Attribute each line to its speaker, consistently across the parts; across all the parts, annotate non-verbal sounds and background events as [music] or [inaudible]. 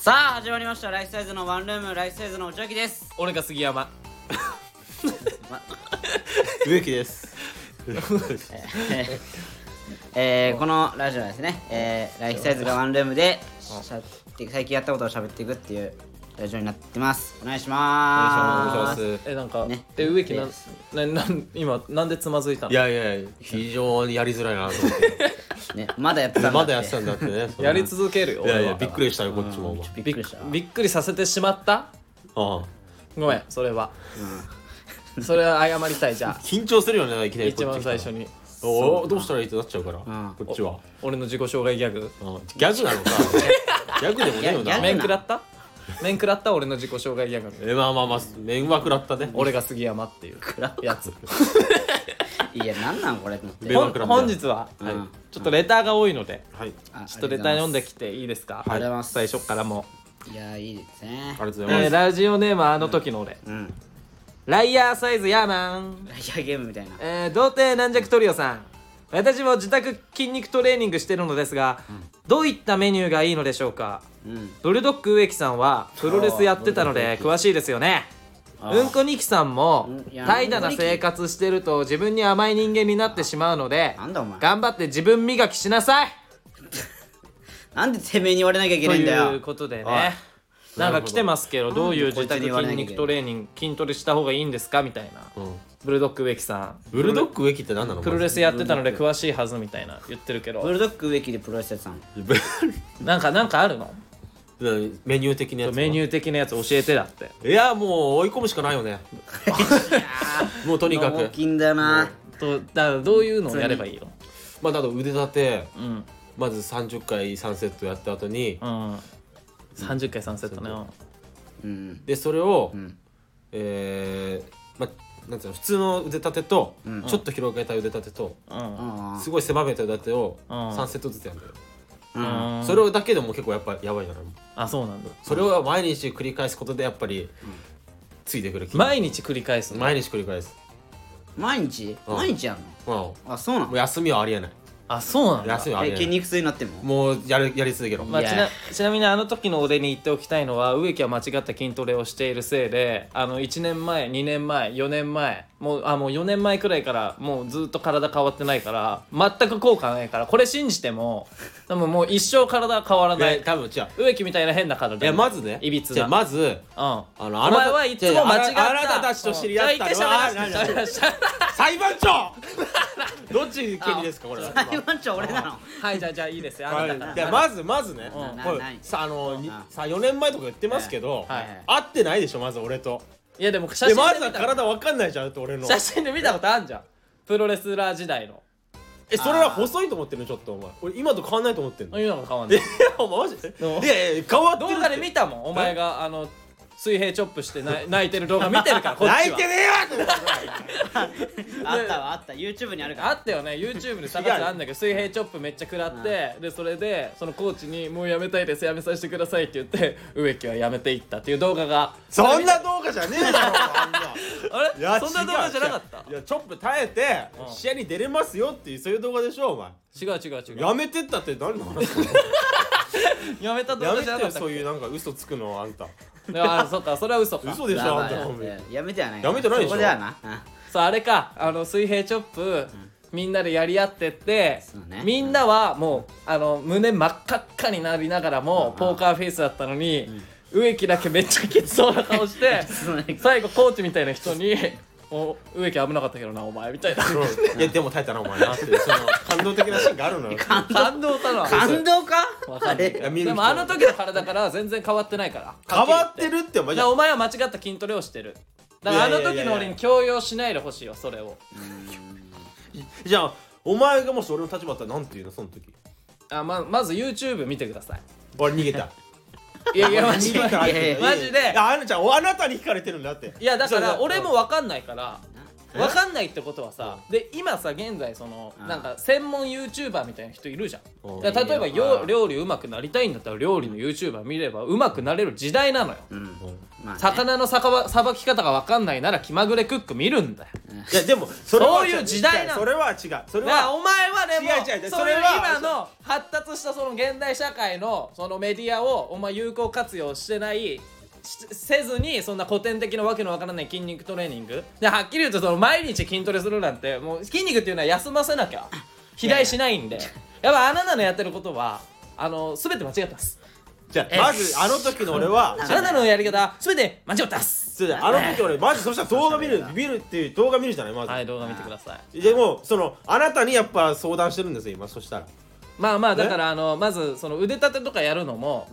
Speaker 1: さあ始まりましたライフサイズのワンルームライフサイズのおちょきです
Speaker 2: 俺が杉山
Speaker 3: 植木です。
Speaker 1: えー、このラジオはですね、えー、ライフサイズがワンルームでしゃって最近やったことを喋っていくっていうラジオになってますお願いしま
Speaker 3: お願いし
Speaker 1: す
Speaker 3: ます
Speaker 2: えなんか、
Speaker 1: ね
Speaker 2: え植木なん
Speaker 1: で
Speaker 2: ななん今なんでつまずいたの
Speaker 3: いやいやいや、非常にやりづらいなと思って。
Speaker 1: ね、まだやってたんだって
Speaker 3: まだやってたんだってね。そんな
Speaker 2: やり続けるよ
Speaker 3: いやい
Speaker 2: 俺
Speaker 3: や、
Speaker 2: は
Speaker 3: びっくりしたよ、こっちも。お前
Speaker 1: びっくりした
Speaker 2: びっくりさせてしまった
Speaker 3: ああ
Speaker 2: ごめんそれは、それは謝りた
Speaker 1: [laughs]
Speaker 2: いじゃ
Speaker 3: 緊張するよね、いき
Speaker 2: あ
Speaker 3: なりこ
Speaker 2: 一
Speaker 3: っち来たら。
Speaker 2: 番最初に
Speaker 3: おお、どうしたらいいってなっちゃうから、こっちは。
Speaker 2: 俺の自己紹介ギャグ
Speaker 3: ああギャ
Speaker 2: [laughs]
Speaker 3: グなのか。ギャグでもねえよ
Speaker 1: ギャ
Speaker 3: な
Speaker 1: グ。
Speaker 2: 面食らった面食らった俺の自己紹介ギャグ
Speaker 3: えまあまあまあ、面は食らったね。
Speaker 2: 俺が杉山っていうや
Speaker 3: [laughs]
Speaker 2: つ
Speaker 1: いやなんなんこれと思って
Speaker 3: べ
Speaker 2: ほん
Speaker 3: 面食らった
Speaker 2: 本日は、
Speaker 1: ん
Speaker 2: はいちょっとレターが多いので
Speaker 3: はい。
Speaker 1: あ
Speaker 2: ちょっとレター読んできていいですか
Speaker 1: ありがとうございます
Speaker 2: 最初からも
Speaker 1: いやいいですね
Speaker 3: ありがと
Speaker 2: う、
Speaker 3: うござい
Speaker 2: え
Speaker 3: ま
Speaker 2: ー
Speaker 3: す。
Speaker 2: ラジオネームはあの時の俺、
Speaker 1: うん
Speaker 2: ライヤーサイズヤーマン、
Speaker 1: ライアーゲームみたいな
Speaker 2: えー、童貞軟弱トリオさん私も自宅筋肉トレーニングしてるのですが、どういったメニューがいいのでしょうか
Speaker 1: うん
Speaker 2: ブルドッグ植木さんはプロレスやってたので詳しいですよねうんこにきさんも
Speaker 1: うんいや
Speaker 2: 怠惰な生活してると自分に甘い人間になってしまうので
Speaker 1: なんだお前
Speaker 2: 頑張って自分磨きしなさい
Speaker 1: なんでてめえに言われなきゃいけ
Speaker 2: と
Speaker 1: ないんだ
Speaker 2: いう
Speaker 1: よ
Speaker 2: ことでねなんか来てますけどどういう自
Speaker 1: なん
Speaker 2: 宅
Speaker 1: でこいつに言われなきゃ
Speaker 2: 筋
Speaker 1: いけない
Speaker 2: 肉トレーニング筋トレした方がいいんですかみたいな
Speaker 3: うん
Speaker 2: ブルドッグ植木さん
Speaker 3: ブルドッグ植木って何なの
Speaker 2: プロレ
Speaker 3: ス。
Speaker 2: スやってたので詳しいはずみたいな言ってるけ
Speaker 1: ブ
Speaker 2: ど
Speaker 1: ルドッグ植木でプロレスやってたの
Speaker 3: ブル
Speaker 2: なんかなんかあるの
Speaker 3: メニュー的なやつ。
Speaker 2: メニュー的なやつ教えてだって
Speaker 3: いや、もう追い込むしかないよね。もうとにか
Speaker 1: 大
Speaker 3: く。
Speaker 1: きいんだよな
Speaker 2: とだからどういうのをやればいいの
Speaker 3: まあ、だと腕立て。
Speaker 2: うん
Speaker 3: まず30回3セットやった後に、
Speaker 2: うん30回3セットね
Speaker 1: うん
Speaker 3: でそれを、
Speaker 1: ん
Speaker 3: えーまあなんつうの普通の腕立てと、ちょっと広げた腕立てと、
Speaker 2: うん
Speaker 1: あ
Speaker 3: すごい狭めた腕立てを
Speaker 2: うん
Speaker 3: 3セットずつやるんだよ、
Speaker 2: うん
Speaker 3: それだけでも結構やっぱやばいだろ
Speaker 2: あそうなんだ
Speaker 3: それを毎日繰り返すことでやっぱり、ついてくる気
Speaker 2: 毎日繰り返すの
Speaker 3: 毎日繰り返す
Speaker 1: 毎日
Speaker 3: うん
Speaker 1: 毎日やんの
Speaker 3: うんも
Speaker 1: あそうな
Speaker 3: う
Speaker 1: の
Speaker 3: 休みはありえない
Speaker 2: あそうなんだ
Speaker 3: 休みはあ
Speaker 1: え
Speaker 3: りえ
Speaker 1: 筋
Speaker 3: ない
Speaker 1: 肉痛にな
Speaker 2: [laughs]
Speaker 1: ってんの
Speaker 3: もうやるやり続けろ、
Speaker 2: まあ、
Speaker 1: いや
Speaker 2: ちなちなみにあの時の俺に言っておきたいのは植木は間違った筋トレをしているせいであの1年前2年前4年前もうあもう4年前くらいからもうずっと体変わってないから全く効果ないからこれ信じても多分もう一生体は変わらない
Speaker 3: え多分違う
Speaker 2: 植木みたいな変な体
Speaker 3: いやまずね
Speaker 2: いびつ
Speaker 3: じゃ
Speaker 2: だ
Speaker 3: あまず
Speaker 2: うん
Speaker 3: あの
Speaker 2: お
Speaker 3: あなた
Speaker 2: 前はいつも間違った
Speaker 3: じゃああなあなたたちと知り合ったのは
Speaker 2: じゃあ一回喋らせて
Speaker 3: 裁判長 [laughs] どっちに権利ですかこれは
Speaker 1: 裁判長俺なの
Speaker 2: はいじゃあじゃあいいですよあなたから
Speaker 3: はい、でまずまずね、
Speaker 1: ん
Speaker 3: これ
Speaker 1: なな
Speaker 3: さあのに
Speaker 1: うん
Speaker 3: さ4年前とか言ってますけど、
Speaker 2: はい
Speaker 3: 会ってないでしょまず俺と
Speaker 2: いやでも写
Speaker 3: で
Speaker 2: 真で
Speaker 3: ま
Speaker 2: 見
Speaker 3: ずは
Speaker 2: た
Speaker 3: 体わかんないじゃんだって俺の
Speaker 2: 写真で見たことあんじゃんプロレスラー時代の
Speaker 3: えそれは細いと思ってるのちょっとお前俺今と変わんないと思 [laughs] ってんのい
Speaker 2: 今のが変わんない
Speaker 3: やお前マジ
Speaker 2: も
Speaker 3: でいやいや変わってる
Speaker 2: 動画で見たもんお前があの水平チョップして泣い泣いてる動画見てるからこっちは
Speaker 3: 泣いてねえわ
Speaker 1: あったわあった YouTube にあるから
Speaker 2: あったよね YouTube で探してあんだけど水平チョップめっちゃ食らってでそれでそのコーチに「もうやめたいですやめさせてください」って言って [laughs] 植木はやめていったっていう動画が
Speaker 3: そんな動画じゃねえだろあんな
Speaker 2: あれ
Speaker 3: いや
Speaker 2: そんな動画じゃなかった
Speaker 3: 違う違ういやチョップ耐えて、
Speaker 2: うん
Speaker 3: 試合に出れますよっていうそういう動画でしょお前
Speaker 2: 違う違う違う
Speaker 3: やめてったって何の話なの
Speaker 2: やめた動
Speaker 3: [laughs] や
Speaker 2: 画
Speaker 3: め
Speaker 2: じゃなかっ
Speaker 3: てよ
Speaker 2: たっ
Speaker 3: そう
Speaker 2: け
Speaker 3: いうなんか嘘つくの [laughs] あんた
Speaker 2: ああそっかそれは嘘か
Speaker 3: 嘘でしょあんたコンビ
Speaker 1: ややめてはない
Speaker 3: やめてないでしょ
Speaker 1: そこではなうん
Speaker 2: そうあれかあの水平チョップ、みんなでやり合ってって、
Speaker 1: そうね
Speaker 2: みんなはもうあの胸真っ赤っかになりながらも、ポーカーフェイスだったのに、植木だけめっちゃきつそうな顔して
Speaker 1: そうね
Speaker 2: 最後コーチみたいな人に「お植木危なかったけどなお前」みた
Speaker 3: [laughs]
Speaker 2: いな
Speaker 3: いやでも耐えたなお前なっていうその感動的なシーンがあるのよ
Speaker 2: 感動だな
Speaker 1: 感動か
Speaker 2: わか
Speaker 1: あ
Speaker 2: んない
Speaker 1: れ
Speaker 2: [laughs] け
Speaker 3: や
Speaker 2: ど
Speaker 3: 見る
Speaker 2: で
Speaker 3: 人
Speaker 2: もあの時の体から全然変わってないから
Speaker 3: 変わってるってお前
Speaker 2: だか
Speaker 3: じゃ
Speaker 2: らお前は間違った筋トレをしてるだからあの時の俺に強要しないでほしいよそれを
Speaker 3: じゃあお前がもし俺の立場だったらなんて言うのその時
Speaker 2: あままず YouTube 見てください
Speaker 3: 俺逃げ [laughs] た
Speaker 2: いやいやマジ
Speaker 3: 逃
Speaker 2: で
Speaker 3: げた
Speaker 1: いやいや
Speaker 2: マジで
Speaker 3: いやあなちゃんおあなたに惹かれてるんだって
Speaker 2: いやだか
Speaker 3: そうそ
Speaker 2: ら
Speaker 3: う
Speaker 2: 俺も分かんないから分かんないってことはさ、で今さ現在その
Speaker 1: うん
Speaker 2: なんか専門 YouTuber みたいな人いるじゃ
Speaker 3: うん
Speaker 2: んだから例えば
Speaker 1: いる
Speaker 2: よ
Speaker 1: うん
Speaker 2: 料理うまくなりたいんだったら料理の YouTuber 見ればうまくなれる時代なのよ
Speaker 1: うんまあね
Speaker 2: 魚のさかばさばき方が分かんないなら気まぐれクック見るんだよ
Speaker 3: いやでもそれは
Speaker 2: そういう時代なの
Speaker 3: 違うそれは違うそれ
Speaker 2: だから
Speaker 3: は
Speaker 2: お前はでも
Speaker 3: 違う違う
Speaker 2: それ
Speaker 3: それは
Speaker 2: 今の発達したその現代社会のそのメディアをお前有効活用してないしせずにそんな古典的なわけのわからない筋肉トレーニングではっきり言うとその毎日筋トレするなんてもう筋肉っていうのは休ませなきゃ肥大しないんでやっぱあなたのやってることはあの全て間違ってます
Speaker 3: じゃ
Speaker 1: え
Speaker 3: あまずあの時の俺は
Speaker 2: あなたのやり方全て間違ってます
Speaker 3: そうだよあの時俺マジそしたら動画見る見るっていう動画見るじゃないまず、
Speaker 2: はい動画見てください
Speaker 3: でもそのあなたにやっぱ相談してるんですよ今そしたら
Speaker 2: まあまあだからあのまずその腕立てとかやるのも、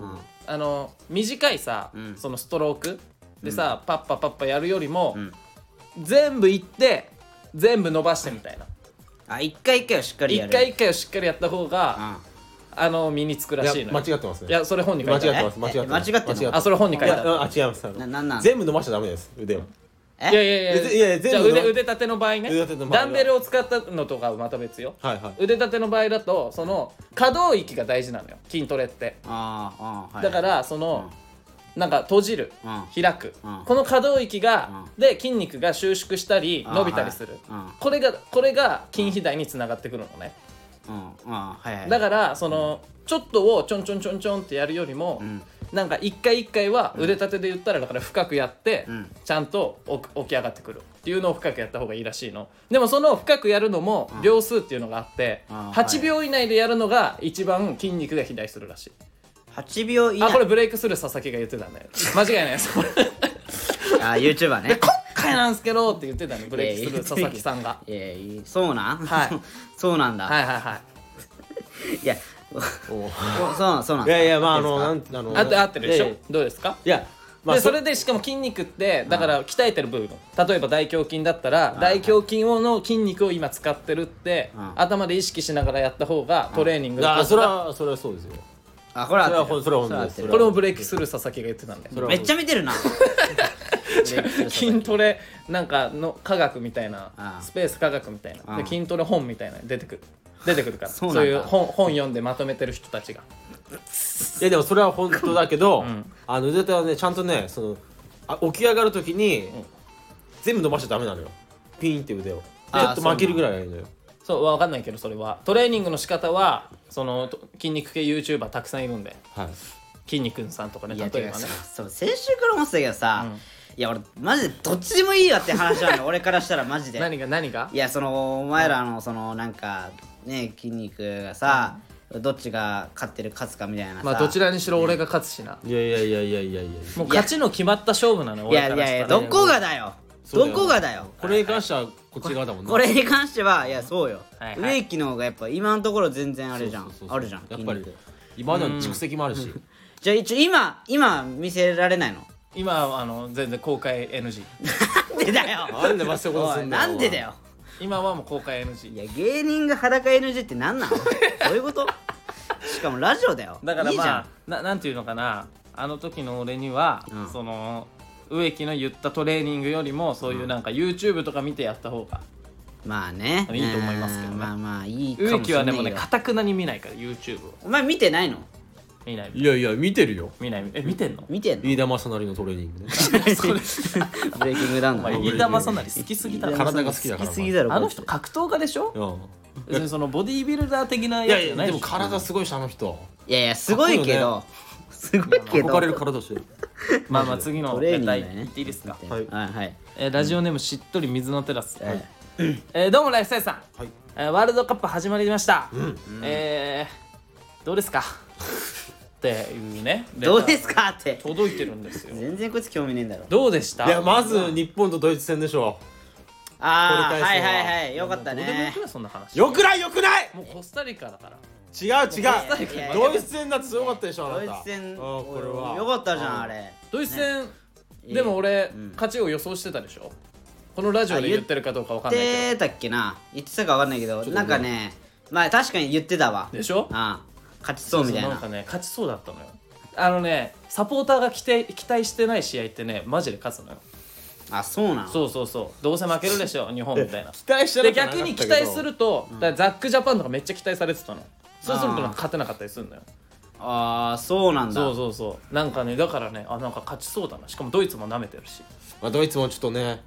Speaker 2: あの短いさ、
Speaker 1: うん
Speaker 2: そのストロークでさ、パッパパッパやるよりも、
Speaker 1: ん
Speaker 2: 全部いって全部伸ばしてみたいな
Speaker 1: あ一回一回をしっかりや
Speaker 2: 一
Speaker 1: る
Speaker 2: 回一回をしっかりやった方が、
Speaker 1: あ
Speaker 2: あの身につくらしいのよ
Speaker 3: 間違ってますね
Speaker 2: いやそれ本に書
Speaker 3: 間
Speaker 2: い
Speaker 3: 違って
Speaker 2: ある
Speaker 3: てます間違ってます
Speaker 1: ええ間違ってんの
Speaker 2: あそれ本に書いてあ
Speaker 3: い
Speaker 2: る
Speaker 3: やあ違いますあの
Speaker 1: ななんなん
Speaker 3: 全部伸ばしちゃダメです腕を
Speaker 1: え
Speaker 2: いやいやいや
Speaker 3: いやいや
Speaker 2: じゃあ
Speaker 3: 全部
Speaker 2: 腕
Speaker 3: の
Speaker 2: 腕立ての場合ね
Speaker 3: 腕立ての場合は
Speaker 2: ダンベルを使ったのとかはまた別よ
Speaker 3: はいはい
Speaker 2: 腕立ての場合だとその可動域が大事なのよ筋トレって
Speaker 1: ああああはい
Speaker 2: だからその、なんか閉じる、
Speaker 1: う
Speaker 2: 開く、
Speaker 1: うん
Speaker 2: この可動域が、で筋肉が収縮したり
Speaker 1: あー
Speaker 2: 伸びたりする、
Speaker 1: はいうん
Speaker 2: これがこれが筋肥大につながってくるのね、
Speaker 1: うんうんはいはい
Speaker 2: だからそのちょっとをちょんちょんちょんちょんってやるよりも、
Speaker 1: ん
Speaker 2: なんか一回一回は腕立てで言ったらだから深くやって、
Speaker 1: うん
Speaker 2: ちゃんと起き起き上がってくるっていうのを深くやった方がいいらしいのでもその深くやるのも秒数っていうのがあって、
Speaker 1: あーはい
Speaker 2: 8秒以内でやるのが一番筋肉が肥大するらしい
Speaker 1: 8秒以内
Speaker 2: あこれブレイクスルー佐々木が言ってたんだよ間違いないですこれ
Speaker 1: あ YouTuber ね
Speaker 2: 今回なんすけどって言ってたねブレイクスルー佐々木さんが
Speaker 1: いやいやそうなん
Speaker 2: はい
Speaker 1: そうなんだ、
Speaker 2: はいはいはい
Speaker 1: い、や
Speaker 3: お
Speaker 1: おそうそうなん
Speaker 3: い
Speaker 1: だ
Speaker 3: やいやまああのなんあの
Speaker 2: あと合ってるでし
Speaker 3: い
Speaker 2: ょどうですか
Speaker 3: やいやいやまあ
Speaker 2: でそれでしかも筋肉ってだから鍛えてる部分例えば大胸筋だったら大胸筋の筋肉を今使ってるって
Speaker 1: うん
Speaker 2: 頭で意識しながらやった方がトレーニング
Speaker 3: あそれ
Speaker 2: こ
Speaker 3: はそれはそうですよ
Speaker 1: あこれは合ってる
Speaker 3: それはほんそれはほんとで
Speaker 1: そ
Speaker 3: す
Speaker 1: れは合って
Speaker 2: れもブレイクスルー佐々木が言ってたんだよ
Speaker 3: それは
Speaker 1: るめっちゃ見てる
Speaker 3: [laughs]
Speaker 1: な
Speaker 2: [laughs] 筋トレなんかの科学みたい
Speaker 1: あ
Speaker 2: な
Speaker 1: あ
Speaker 2: スペース科学みたいな
Speaker 1: う
Speaker 2: で
Speaker 1: ん
Speaker 2: 筋トレ本みたいなの出てくる出てくるから
Speaker 1: そう
Speaker 2: そ
Speaker 1: な
Speaker 2: うん
Speaker 1: だ
Speaker 2: いう本本読んでまとめてる人たちが
Speaker 3: いやでもそれは本当だけど、あの腕立てはねちゃんとねそのあ起き上がるときに、全部伸ばしちゃダメなのよピンって腕をちょ
Speaker 1: あー
Speaker 3: っと負けるぐらいがいいのよ
Speaker 2: そうわかんないけどそれはトレーニングの仕方はそのと筋肉系 YouTuber たくさんいるんで
Speaker 3: はい
Speaker 2: 筋肉さんとかね
Speaker 1: い
Speaker 2: 例
Speaker 1: や
Speaker 2: え
Speaker 1: てか
Speaker 2: ばね
Speaker 1: さそう先週から思ってたけどさ、いや俺マジでどっちでもいいわって話なの俺からしたらマジで
Speaker 2: 何が何が
Speaker 1: いやそのお前らのそのなんかね筋肉がさ、どっちが勝ってる勝つかみたいなさ
Speaker 2: まあどちらにしろ俺が勝つしな、
Speaker 3: いやいやいやいやいやいや
Speaker 2: もう勝ちの決まった勝負なの
Speaker 1: い
Speaker 2: 俺
Speaker 1: や
Speaker 2: から
Speaker 1: い
Speaker 2: したら
Speaker 1: やいやどこがだよ
Speaker 3: そうだ
Speaker 1: ど
Speaker 3: よ
Speaker 1: こがだよ
Speaker 3: これに関してはこっち側だもんね
Speaker 1: これに関してはいやそうよ、
Speaker 2: はいはい
Speaker 1: 植木の方がやっぱ今のところ全然あれじゃん
Speaker 3: そうそうそう
Speaker 1: あるじゃん
Speaker 3: やっぱり
Speaker 1: 筋肉
Speaker 3: 今までの蓄積もあるし
Speaker 1: じゃあ一応今今見せられないの [laughs]
Speaker 2: 今はあの全然公開 NG
Speaker 1: なんでだよ
Speaker 3: なんでまあそういうこと
Speaker 1: お
Speaker 3: す
Speaker 1: い
Speaker 3: ん
Speaker 1: なんでだよ
Speaker 2: 今はもう公開 NG
Speaker 1: いや芸人が裸 NG ってなんな
Speaker 2: [laughs]
Speaker 1: のどういうことしかもラジオだよ
Speaker 2: だから
Speaker 1: いいじゃん
Speaker 2: まあななんていうのかなあの時の俺には、
Speaker 1: うん
Speaker 2: その植木の言ったトレーニングよりもそういうなんか YouTube とか見てやった方が
Speaker 1: まあね
Speaker 2: いいと思いますけどね
Speaker 1: うんまあまあいいかもしれな
Speaker 2: 植
Speaker 1: い
Speaker 2: 木
Speaker 1: けど
Speaker 2: はでもねかたくなに見ないから YouTube を
Speaker 1: お前見てないの
Speaker 2: 見ない
Speaker 3: いやいや見てるよ
Speaker 2: 見ないえ見てんの
Speaker 1: 見てんの
Speaker 3: 飯田正成のトレーニングね [laughs]
Speaker 1: ブレイキングダウン
Speaker 2: お
Speaker 1: の
Speaker 2: 前飯田正成好きすぎだろ
Speaker 3: 体が好きだから
Speaker 1: 好きすぎだろ
Speaker 2: あの人格闘家でし
Speaker 3: [laughs]
Speaker 2: ょ
Speaker 3: う
Speaker 2: 別にそのボディービルダー的なん
Speaker 3: いや
Speaker 2: やつじ
Speaker 3: い
Speaker 2: ゃ
Speaker 3: や
Speaker 2: ない
Speaker 3: で
Speaker 2: でし
Speaker 3: も
Speaker 2: ょ
Speaker 3: 体すごいしあの人
Speaker 1: いやいやすごいけどすごいけど
Speaker 3: 憧れる体してる
Speaker 2: まあまあ次の
Speaker 1: ト
Speaker 2: お
Speaker 1: レー
Speaker 2: 題
Speaker 1: ニングだよね
Speaker 2: いっていいですか、
Speaker 1: はいはい
Speaker 2: えーラジオネームしっとり水のテラス、
Speaker 1: はい
Speaker 2: えーどうもライフサイズさん、
Speaker 3: はい
Speaker 2: えーワールドカップ始まりました、えーどうで
Speaker 1: [laughs]
Speaker 2: すかっていうねレター
Speaker 1: ど
Speaker 2: が
Speaker 1: うですかって
Speaker 2: 届いてるんですよ
Speaker 1: 全然こいつ興味ねえんだろ
Speaker 2: どうでした
Speaker 3: いやまず日本とドイツ戦でしょ
Speaker 1: ああ
Speaker 3: これ
Speaker 1: は
Speaker 3: 返
Speaker 1: い
Speaker 3: すのは
Speaker 1: はいはいよかった
Speaker 2: どうでもよ
Speaker 1: ね
Speaker 2: くないそんな話
Speaker 3: よくないよくない
Speaker 2: もうコスタリカだから
Speaker 3: 違う違
Speaker 1: いやいうや
Speaker 3: ドイツ戦だってすごかったでしょあ
Speaker 1: ド
Speaker 3: な
Speaker 1: イ
Speaker 3: た
Speaker 1: ツ戦
Speaker 3: あーこれは
Speaker 1: よかったじゃんあれ
Speaker 2: ドイツ戦、
Speaker 1: ね
Speaker 2: でも俺、
Speaker 1: ん
Speaker 2: 勝ちを予想してたでしょこのラジオで言ってるかどうかわかんないけ
Speaker 1: 言ってたっけな言ってたか分かんないけどなんかねまあ確かに言ってたわ
Speaker 2: どでしょ
Speaker 1: ああ勝ちそうみたい
Speaker 2: なんか
Speaker 1: な
Speaker 2: ね勝ちそうだったのよあのねサポーターが期待期待してない試合ってねマジで勝つのよ
Speaker 1: あそうなの
Speaker 2: そうそうそうどうせ負けるでしょ日本みたいな
Speaker 3: 期待して
Speaker 2: で
Speaker 3: なかった
Speaker 2: 逆に期待するとだからザック・ジャパンとかめっちゃ期待されてたのそうすると
Speaker 1: あ
Speaker 2: なん
Speaker 1: ー
Speaker 2: か勝てなかったりするのよ
Speaker 1: ああそうなんだ
Speaker 2: そうそうそうなんかねだからねあなんか勝ちそうだなしかもドイツも舐めてるし
Speaker 3: まあ、ドイツもちょっとね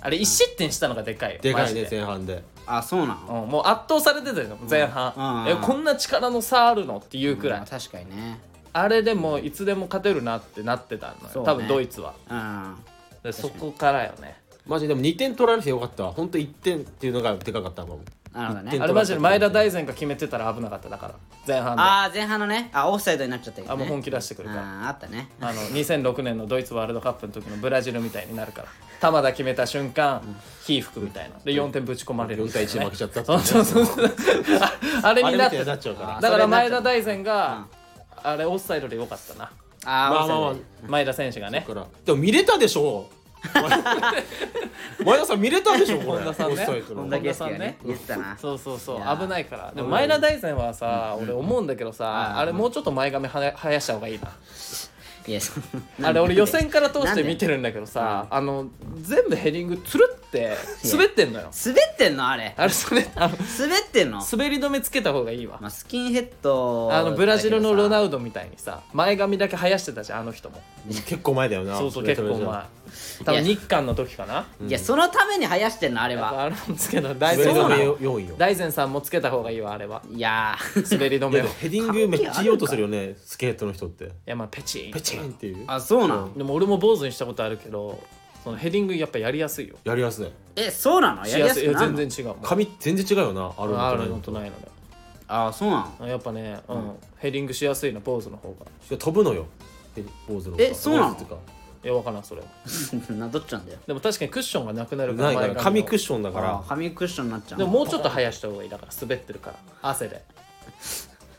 Speaker 2: あれ1失点したのがでかいよ
Speaker 3: でか
Speaker 2: マ
Speaker 3: い
Speaker 2: ジ
Speaker 3: ね前半で
Speaker 1: あそうなの
Speaker 2: うんもう圧倒されてたよ前半、
Speaker 1: うんうん
Speaker 2: えこんな力の差あるのっていうくらい、
Speaker 1: まあ確かにね
Speaker 2: あれでもいつでも勝てるなってなってたの
Speaker 1: そうね
Speaker 2: よ、多分ドイツは
Speaker 1: うん
Speaker 2: でそこからよね
Speaker 3: マジでも2点取られてよかった本当1点っていうのがでかかったもん
Speaker 1: なるほどね
Speaker 3: 一点
Speaker 2: あれマジで前田大然が決めてたら危なかっただから前半であ
Speaker 1: ああ前半のねあオフサイドになっちゃったけど、ね、
Speaker 2: もう本気出してくるから
Speaker 1: あーあったね
Speaker 2: あの2006年のドイツワールドカップの時のブラジルみたいになるから玉田決めた瞬間火吹くみたいなで4点ぶち込まれる
Speaker 3: 4対1で負けちゃったって
Speaker 2: そうそうそうそうああれ
Speaker 3: あ
Speaker 2: に
Speaker 3: れ
Speaker 2: なっ
Speaker 3: み
Speaker 2: たて
Speaker 3: いになっ
Speaker 2: だ
Speaker 3: ちゃうから
Speaker 1: あ
Speaker 2: から前田大然があれオフサイドでよかったな
Speaker 1: あー
Speaker 3: ま
Speaker 1: オ
Speaker 3: あ
Speaker 1: フサイド
Speaker 3: まあまあ
Speaker 1: ね
Speaker 2: 前田選手がね
Speaker 3: だからでも見れたで
Speaker 2: [laughs]
Speaker 3: しょ前田さん見れたでしょこれ
Speaker 2: 本田さんね
Speaker 3: オフサイドの
Speaker 1: 本田圭佑が
Speaker 2: 本田さん
Speaker 1: ね
Speaker 2: ね
Speaker 1: 言ってたな
Speaker 2: そうそうそう
Speaker 1: いやー
Speaker 2: 危ないからでも前田大然はさ俺思うんだけど
Speaker 1: う
Speaker 2: さ
Speaker 1: ん
Speaker 2: あれもうちょっと前髪はや生やした方がいいない
Speaker 1: やそ
Speaker 2: あれ俺予選から通
Speaker 1: な
Speaker 2: し
Speaker 1: ん
Speaker 2: て
Speaker 1: で
Speaker 2: 見てるんだけどさあの全部ヘディングつるって滑ってんのよ
Speaker 1: 滑ってんのあれ
Speaker 2: あれそれあの
Speaker 1: 滑ってんの、
Speaker 2: 滑り止めつけた方がいいわ
Speaker 1: まあ、スキンヘッド
Speaker 2: あのブラジルのロナ
Speaker 1: ウ
Speaker 2: ウドみたいにさ前髪だけ生やしてたじゃんあの人も
Speaker 3: 結構前だよな
Speaker 2: そうそう結構前多分日韓の時かない
Speaker 1: やそのために生やしてんのあれ
Speaker 2: やっぱ
Speaker 1: は
Speaker 2: あれもつけた大
Speaker 3: 滑
Speaker 2: 然
Speaker 3: り止
Speaker 2: さ
Speaker 3: め
Speaker 2: ん
Speaker 3: よ4位よ
Speaker 2: 大然さんもつけた方がいいわあれはい
Speaker 1: やー
Speaker 2: 滑り止
Speaker 3: [laughs] い
Speaker 2: め
Speaker 3: や
Speaker 2: を
Speaker 3: で
Speaker 2: い
Speaker 3: もヘディングめっちゃ言おうとするよねスケートの人って
Speaker 2: やまあペチン
Speaker 3: ペチンっていう
Speaker 1: あそうなの
Speaker 2: でも俺も坊主にしたことあるけどそのヘディングやっぱやりやすいよ
Speaker 3: やりやすい
Speaker 1: えそうなのやりやす
Speaker 2: し
Speaker 1: く
Speaker 2: や
Speaker 1: なる
Speaker 2: 全
Speaker 1: の
Speaker 2: 然違うもん
Speaker 3: 髪全然違うよなある
Speaker 2: あ
Speaker 3: の
Speaker 2: る
Speaker 3: と
Speaker 2: のとな
Speaker 3: ない
Speaker 2: いので
Speaker 1: あそうなの
Speaker 2: あやっぱね、うんヘディングしやすいの坊主の方が
Speaker 3: いや飛ぶのよヘディ坊主の
Speaker 1: えそうなの
Speaker 3: 坊主ってい
Speaker 2: いやわからんそれは
Speaker 1: [laughs] などっちなんだよ
Speaker 2: でも確かにクッションがなくなる
Speaker 3: う
Speaker 2: か
Speaker 3: からないから
Speaker 2: 前
Speaker 3: 紙
Speaker 2: の
Speaker 3: クッションだか
Speaker 1: あ
Speaker 3: ら
Speaker 1: 紙クッションになっちゃう
Speaker 2: で
Speaker 1: の
Speaker 2: ももうちょっと生やした方がいいだから滑ってるから汗で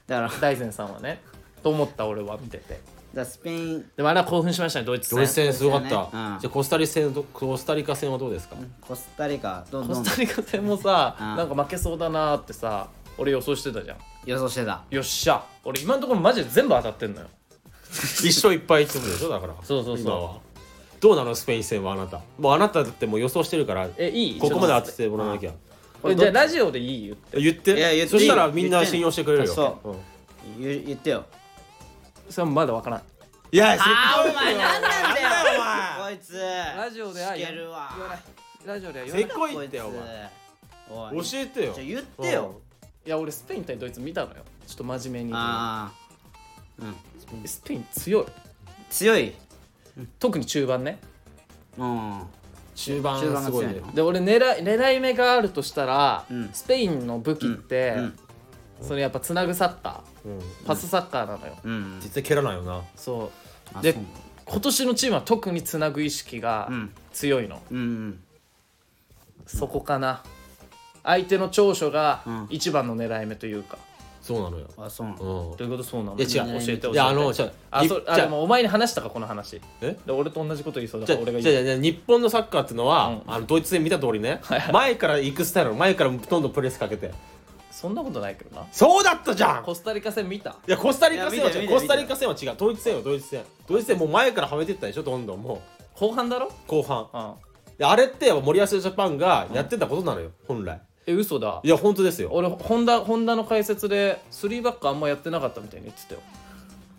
Speaker 1: だからだか
Speaker 2: 大然さんはねと思った俺は見てて
Speaker 1: らスペイン
Speaker 2: でもあれは興奮しましたねドイツ
Speaker 3: ドイツ
Speaker 2: 戦
Speaker 3: 戦すごかった、
Speaker 1: そうですよねうん
Speaker 3: じゃあコスタリカ戦とコスタリカ戦はどうですか、
Speaker 1: コスタリカどん
Speaker 2: コ
Speaker 1: どん
Speaker 2: スタリカ戦もさ
Speaker 1: うん
Speaker 2: なんか負けそうだなーってさ俺予想してたじゃん
Speaker 1: 予想してた
Speaker 2: よっしゃ俺今のところマジで全部当たってんのよ
Speaker 3: 一勝いっぱいってことでしょだから
Speaker 2: そうそうそう
Speaker 3: 今はどうなのスペイン戦はあなたもうあなただってもう予想してるから
Speaker 2: えいい
Speaker 3: ここまで当ててもらわなきゃ
Speaker 2: えじゃあラジオでいいよ
Speaker 3: 言って
Speaker 1: いや言っていい
Speaker 3: そしたらみんな信用してくれるよ
Speaker 1: 言って
Speaker 3: う、ん、い
Speaker 1: 言言ってよ
Speaker 2: それはまだわからん
Speaker 3: やせっか
Speaker 1: あーお前何なんだよこいつ
Speaker 2: ラジオでは
Speaker 1: しけるわ
Speaker 2: 言わないラジオでは言わ
Speaker 3: せ
Speaker 2: な
Speaker 3: っ
Speaker 2: い
Speaker 3: こ
Speaker 1: こい
Speaker 3: いって
Speaker 1: つ
Speaker 3: よお前
Speaker 1: お
Speaker 3: 教
Speaker 1: い
Speaker 3: えてよ
Speaker 1: じゃあ言ってよ
Speaker 2: いや俺スペイン対ドイツ見たのよちょっと真面目に
Speaker 1: ああうん
Speaker 2: スペイン強い
Speaker 1: 強い
Speaker 2: 特に中盤ね
Speaker 1: うん
Speaker 3: 中
Speaker 1: 中
Speaker 3: 盤
Speaker 1: 盤が
Speaker 3: すごい
Speaker 1: 強
Speaker 3: ね
Speaker 1: いの
Speaker 2: で俺狙い狙い目があるとしたら、
Speaker 1: うん
Speaker 2: スペインの武器って、
Speaker 1: うん
Speaker 2: そのやっぱつなぐサッカー
Speaker 3: うん
Speaker 2: パスサッカーなのよ、
Speaker 1: うん
Speaker 3: 実際蹴らないよな
Speaker 2: そう
Speaker 1: あ
Speaker 2: で
Speaker 1: そうなんだ
Speaker 2: 今年のチームは特につなぐ意識が
Speaker 1: うん
Speaker 2: 強いの、
Speaker 1: うんうん
Speaker 2: そこかな相手の長所が
Speaker 1: うん
Speaker 2: 一番の狙い目というか、
Speaker 3: そうなのよ
Speaker 1: あそうなの
Speaker 3: う
Speaker 2: ど
Speaker 3: ん
Speaker 2: ういうことそうなの
Speaker 3: いや違う
Speaker 2: 教えて教え
Speaker 3: い
Speaker 2: て
Speaker 3: やあのじゃ
Speaker 2: あそあ
Speaker 3: じ
Speaker 2: で
Speaker 3: ゃ
Speaker 2: もお前に話したかこの話
Speaker 3: え
Speaker 2: で俺と同じこと言いそうだ
Speaker 3: じ
Speaker 2: か
Speaker 3: ゃ
Speaker 2: ら俺が
Speaker 3: じゃ
Speaker 2: 言う
Speaker 3: あじゃあ日本のサッカーっていうのは、
Speaker 2: うん
Speaker 3: あのドイツで見た通りね前から行くスタイルなの前からどんどんプレスかけて
Speaker 2: そんなことないけどな
Speaker 3: そうだったじゃん
Speaker 2: コスタリカ戦見た
Speaker 3: いやコスタリカ戦はい
Speaker 1: や見
Speaker 3: 違う
Speaker 1: てよ
Speaker 3: コスタリカ戦は違うドイツ戦はドイツ戦ドイツ戦もう前からはめてったでしょどんどんも
Speaker 2: 後半だろ
Speaker 3: う後半
Speaker 2: うん
Speaker 3: であれって森保ジャパンがやってたことなのよ、本来
Speaker 2: え嘘だ
Speaker 3: いや本当ですよ
Speaker 2: 俺ホンダホンダの解説で3バックあんまやってなかったみたいに言ってたよ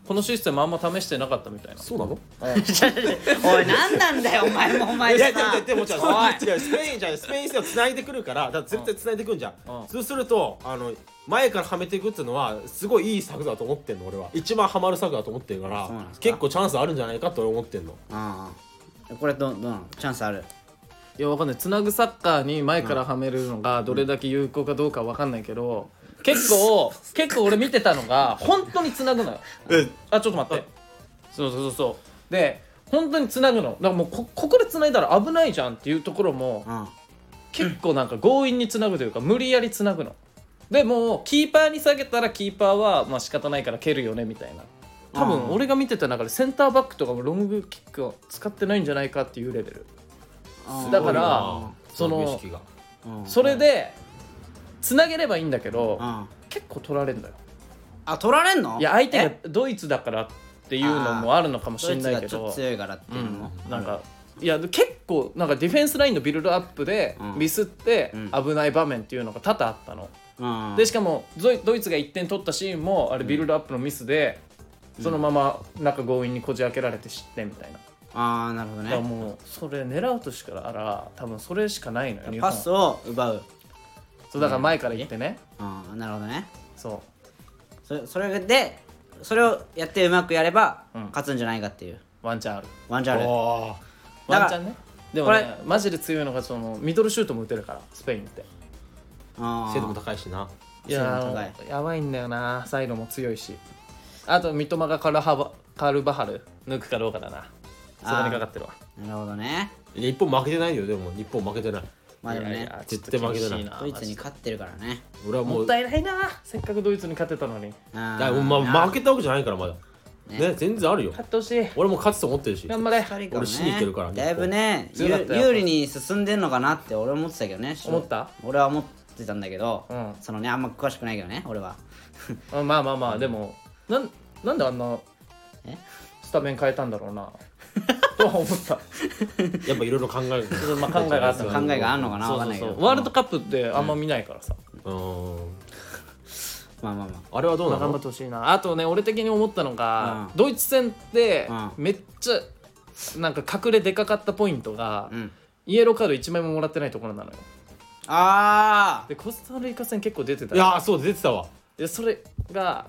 Speaker 2: このシステムあんま試してなかったみたいな
Speaker 3: そうなの
Speaker 1: [laughs] おい何なんだよお前もお前
Speaker 3: いや
Speaker 1: さ
Speaker 3: でもでもでもじゃ
Speaker 1: おい
Speaker 3: あ違うスペインじゃスペイン戦をつないでくるからだから絶対つないでくんじゃん、
Speaker 2: うん
Speaker 3: そうするとあの前からはめていくっていうのはすごいいい策だと思ってんの俺は一番ハマる策だと思ってるから
Speaker 1: そうなんですか
Speaker 3: 結構チャンスあるんじゃないかと思ってんの
Speaker 1: ああこれどうどうなのチャンスある
Speaker 2: いやわかんないつなぐサッカーに前からはめるのがどれだけ有効かどうかわかんないけど結構結構俺見てたのが本当につなぐのよ
Speaker 3: え
Speaker 2: あちょっと待ってそうそうそうそうで本当につなぐのだからもうこここでつないだら危ないじゃんっていうところも
Speaker 1: うん
Speaker 2: 結構なんか強引につなぐというか無理やりつなぐのでもうキーパーに下げたらキーパーはまあ仕方ないから蹴るよねみたいな多
Speaker 1: あー
Speaker 2: 分俺が見てた中でセンターバックとかもロングキックを使ってないんじゃないかっていうレベル
Speaker 1: うん
Speaker 2: だから
Speaker 3: す
Speaker 2: そ
Speaker 3: ごいな
Speaker 2: の
Speaker 3: 意識が
Speaker 1: うん
Speaker 2: それでつなげればいいんだけど
Speaker 1: うん
Speaker 2: 結構取られるんだよ
Speaker 1: あ取られんの
Speaker 2: いや相手が
Speaker 1: え
Speaker 2: ドイツだからっていうのもあるのかもし
Speaker 1: ド
Speaker 2: れ
Speaker 1: イツ
Speaker 2: ない
Speaker 1: が
Speaker 2: け
Speaker 1: ちょっ
Speaker 2: ど
Speaker 1: と強いからっていうのも
Speaker 2: なんかいや結構なんかディフェンスラインのビルドアップで
Speaker 1: うん
Speaker 2: ミスって
Speaker 1: うん
Speaker 2: 危ない場面っていうのが多々あったの。
Speaker 1: うん
Speaker 2: でしかもドイドイツが1点取ったシーンもあれビルドアップのミスで、そのまま中強引にこじ開けられて失点みたいな。
Speaker 1: ああなるほど
Speaker 2: だから
Speaker 1: ね
Speaker 2: もうそれ狙うとしから多分それしかないのよ日本
Speaker 1: パスを奪う
Speaker 2: そうだから前から言ってね、
Speaker 1: ああなるほどね
Speaker 2: そ
Speaker 1: そそれでそれをやってうまくやれば
Speaker 2: うん
Speaker 1: 勝つんじゃないかっていう
Speaker 2: うワンチャンある
Speaker 1: ワンチャンあるだか
Speaker 3: お
Speaker 1: ら
Speaker 2: ワンチャンねでも
Speaker 1: こ
Speaker 2: ねマジで強いのがそのミドルシュートも打てるからスペインって
Speaker 1: あ
Speaker 3: ー
Speaker 1: ー
Speaker 3: 精度も高いしない
Speaker 1: 精度も高い
Speaker 2: やーやばいんだよなサイドも強いしあと三笘がカルハバカルバハル抜くかどうかだなそこにかかってるわ
Speaker 1: なるほどね
Speaker 3: いや日本負けてないよでも日本負けてない
Speaker 1: まあでも
Speaker 2: いやい
Speaker 1: ね
Speaker 2: や
Speaker 3: 絶対負けてない
Speaker 2: ちょっと
Speaker 1: ド
Speaker 2: 厳し
Speaker 1: イツに勝ってるからね
Speaker 3: 俺はも
Speaker 2: も
Speaker 3: う
Speaker 2: ったいないなせっかくドイツに勝てたのに
Speaker 1: あ
Speaker 3: だ
Speaker 1: ー
Speaker 3: まあ、負けたわけじゃないからまだ
Speaker 1: ね
Speaker 3: ね全然あるよ
Speaker 2: 勝ってほしい
Speaker 3: 俺も勝つと思ってるし
Speaker 2: 頑張れ
Speaker 1: コスタリカも
Speaker 3: 俺信じてるから
Speaker 1: だいぶね
Speaker 2: 強かった
Speaker 1: 有
Speaker 2: よ
Speaker 1: 有利に進んでんのかなって俺思ってたけどね
Speaker 2: 思った
Speaker 1: 俺は思ってたんだけど、
Speaker 2: うん
Speaker 1: そのねあんま詳しくないけどね俺は
Speaker 2: あまあまあまあでもなんなんであんな
Speaker 1: え
Speaker 2: スタメン変えたんだろうなとは思った
Speaker 3: やっぱいろいろ考え
Speaker 2: [laughs] ょ
Speaker 3: る
Speaker 2: っとまあ考えがあった
Speaker 1: 考えがあんのかな
Speaker 2: そ
Speaker 1: わ
Speaker 2: う
Speaker 1: かん
Speaker 2: そう
Speaker 1: ないけ
Speaker 2: そ
Speaker 1: ど
Speaker 2: うワールドカップってあんま見ないからさ、
Speaker 3: うん
Speaker 1: まあまあまあ
Speaker 3: あれはどう
Speaker 2: まあ
Speaker 3: な
Speaker 2: 頑張っ
Speaker 3: の
Speaker 2: てほしいなあとね俺的に思ったのが、
Speaker 1: うん
Speaker 2: ドイツ戦って
Speaker 1: うん
Speaker 2: めっちゃなんか隠れでかかったポイントが、
Speaker 1: うん
Speaker 2: イエローカード1枚ももらってないところなのよ
Speaker 1: あー
Speaker 2: でコスタリカ戦結構出てた
Speaker 3: いやーそう出てたわ
Speaker 2: でそれが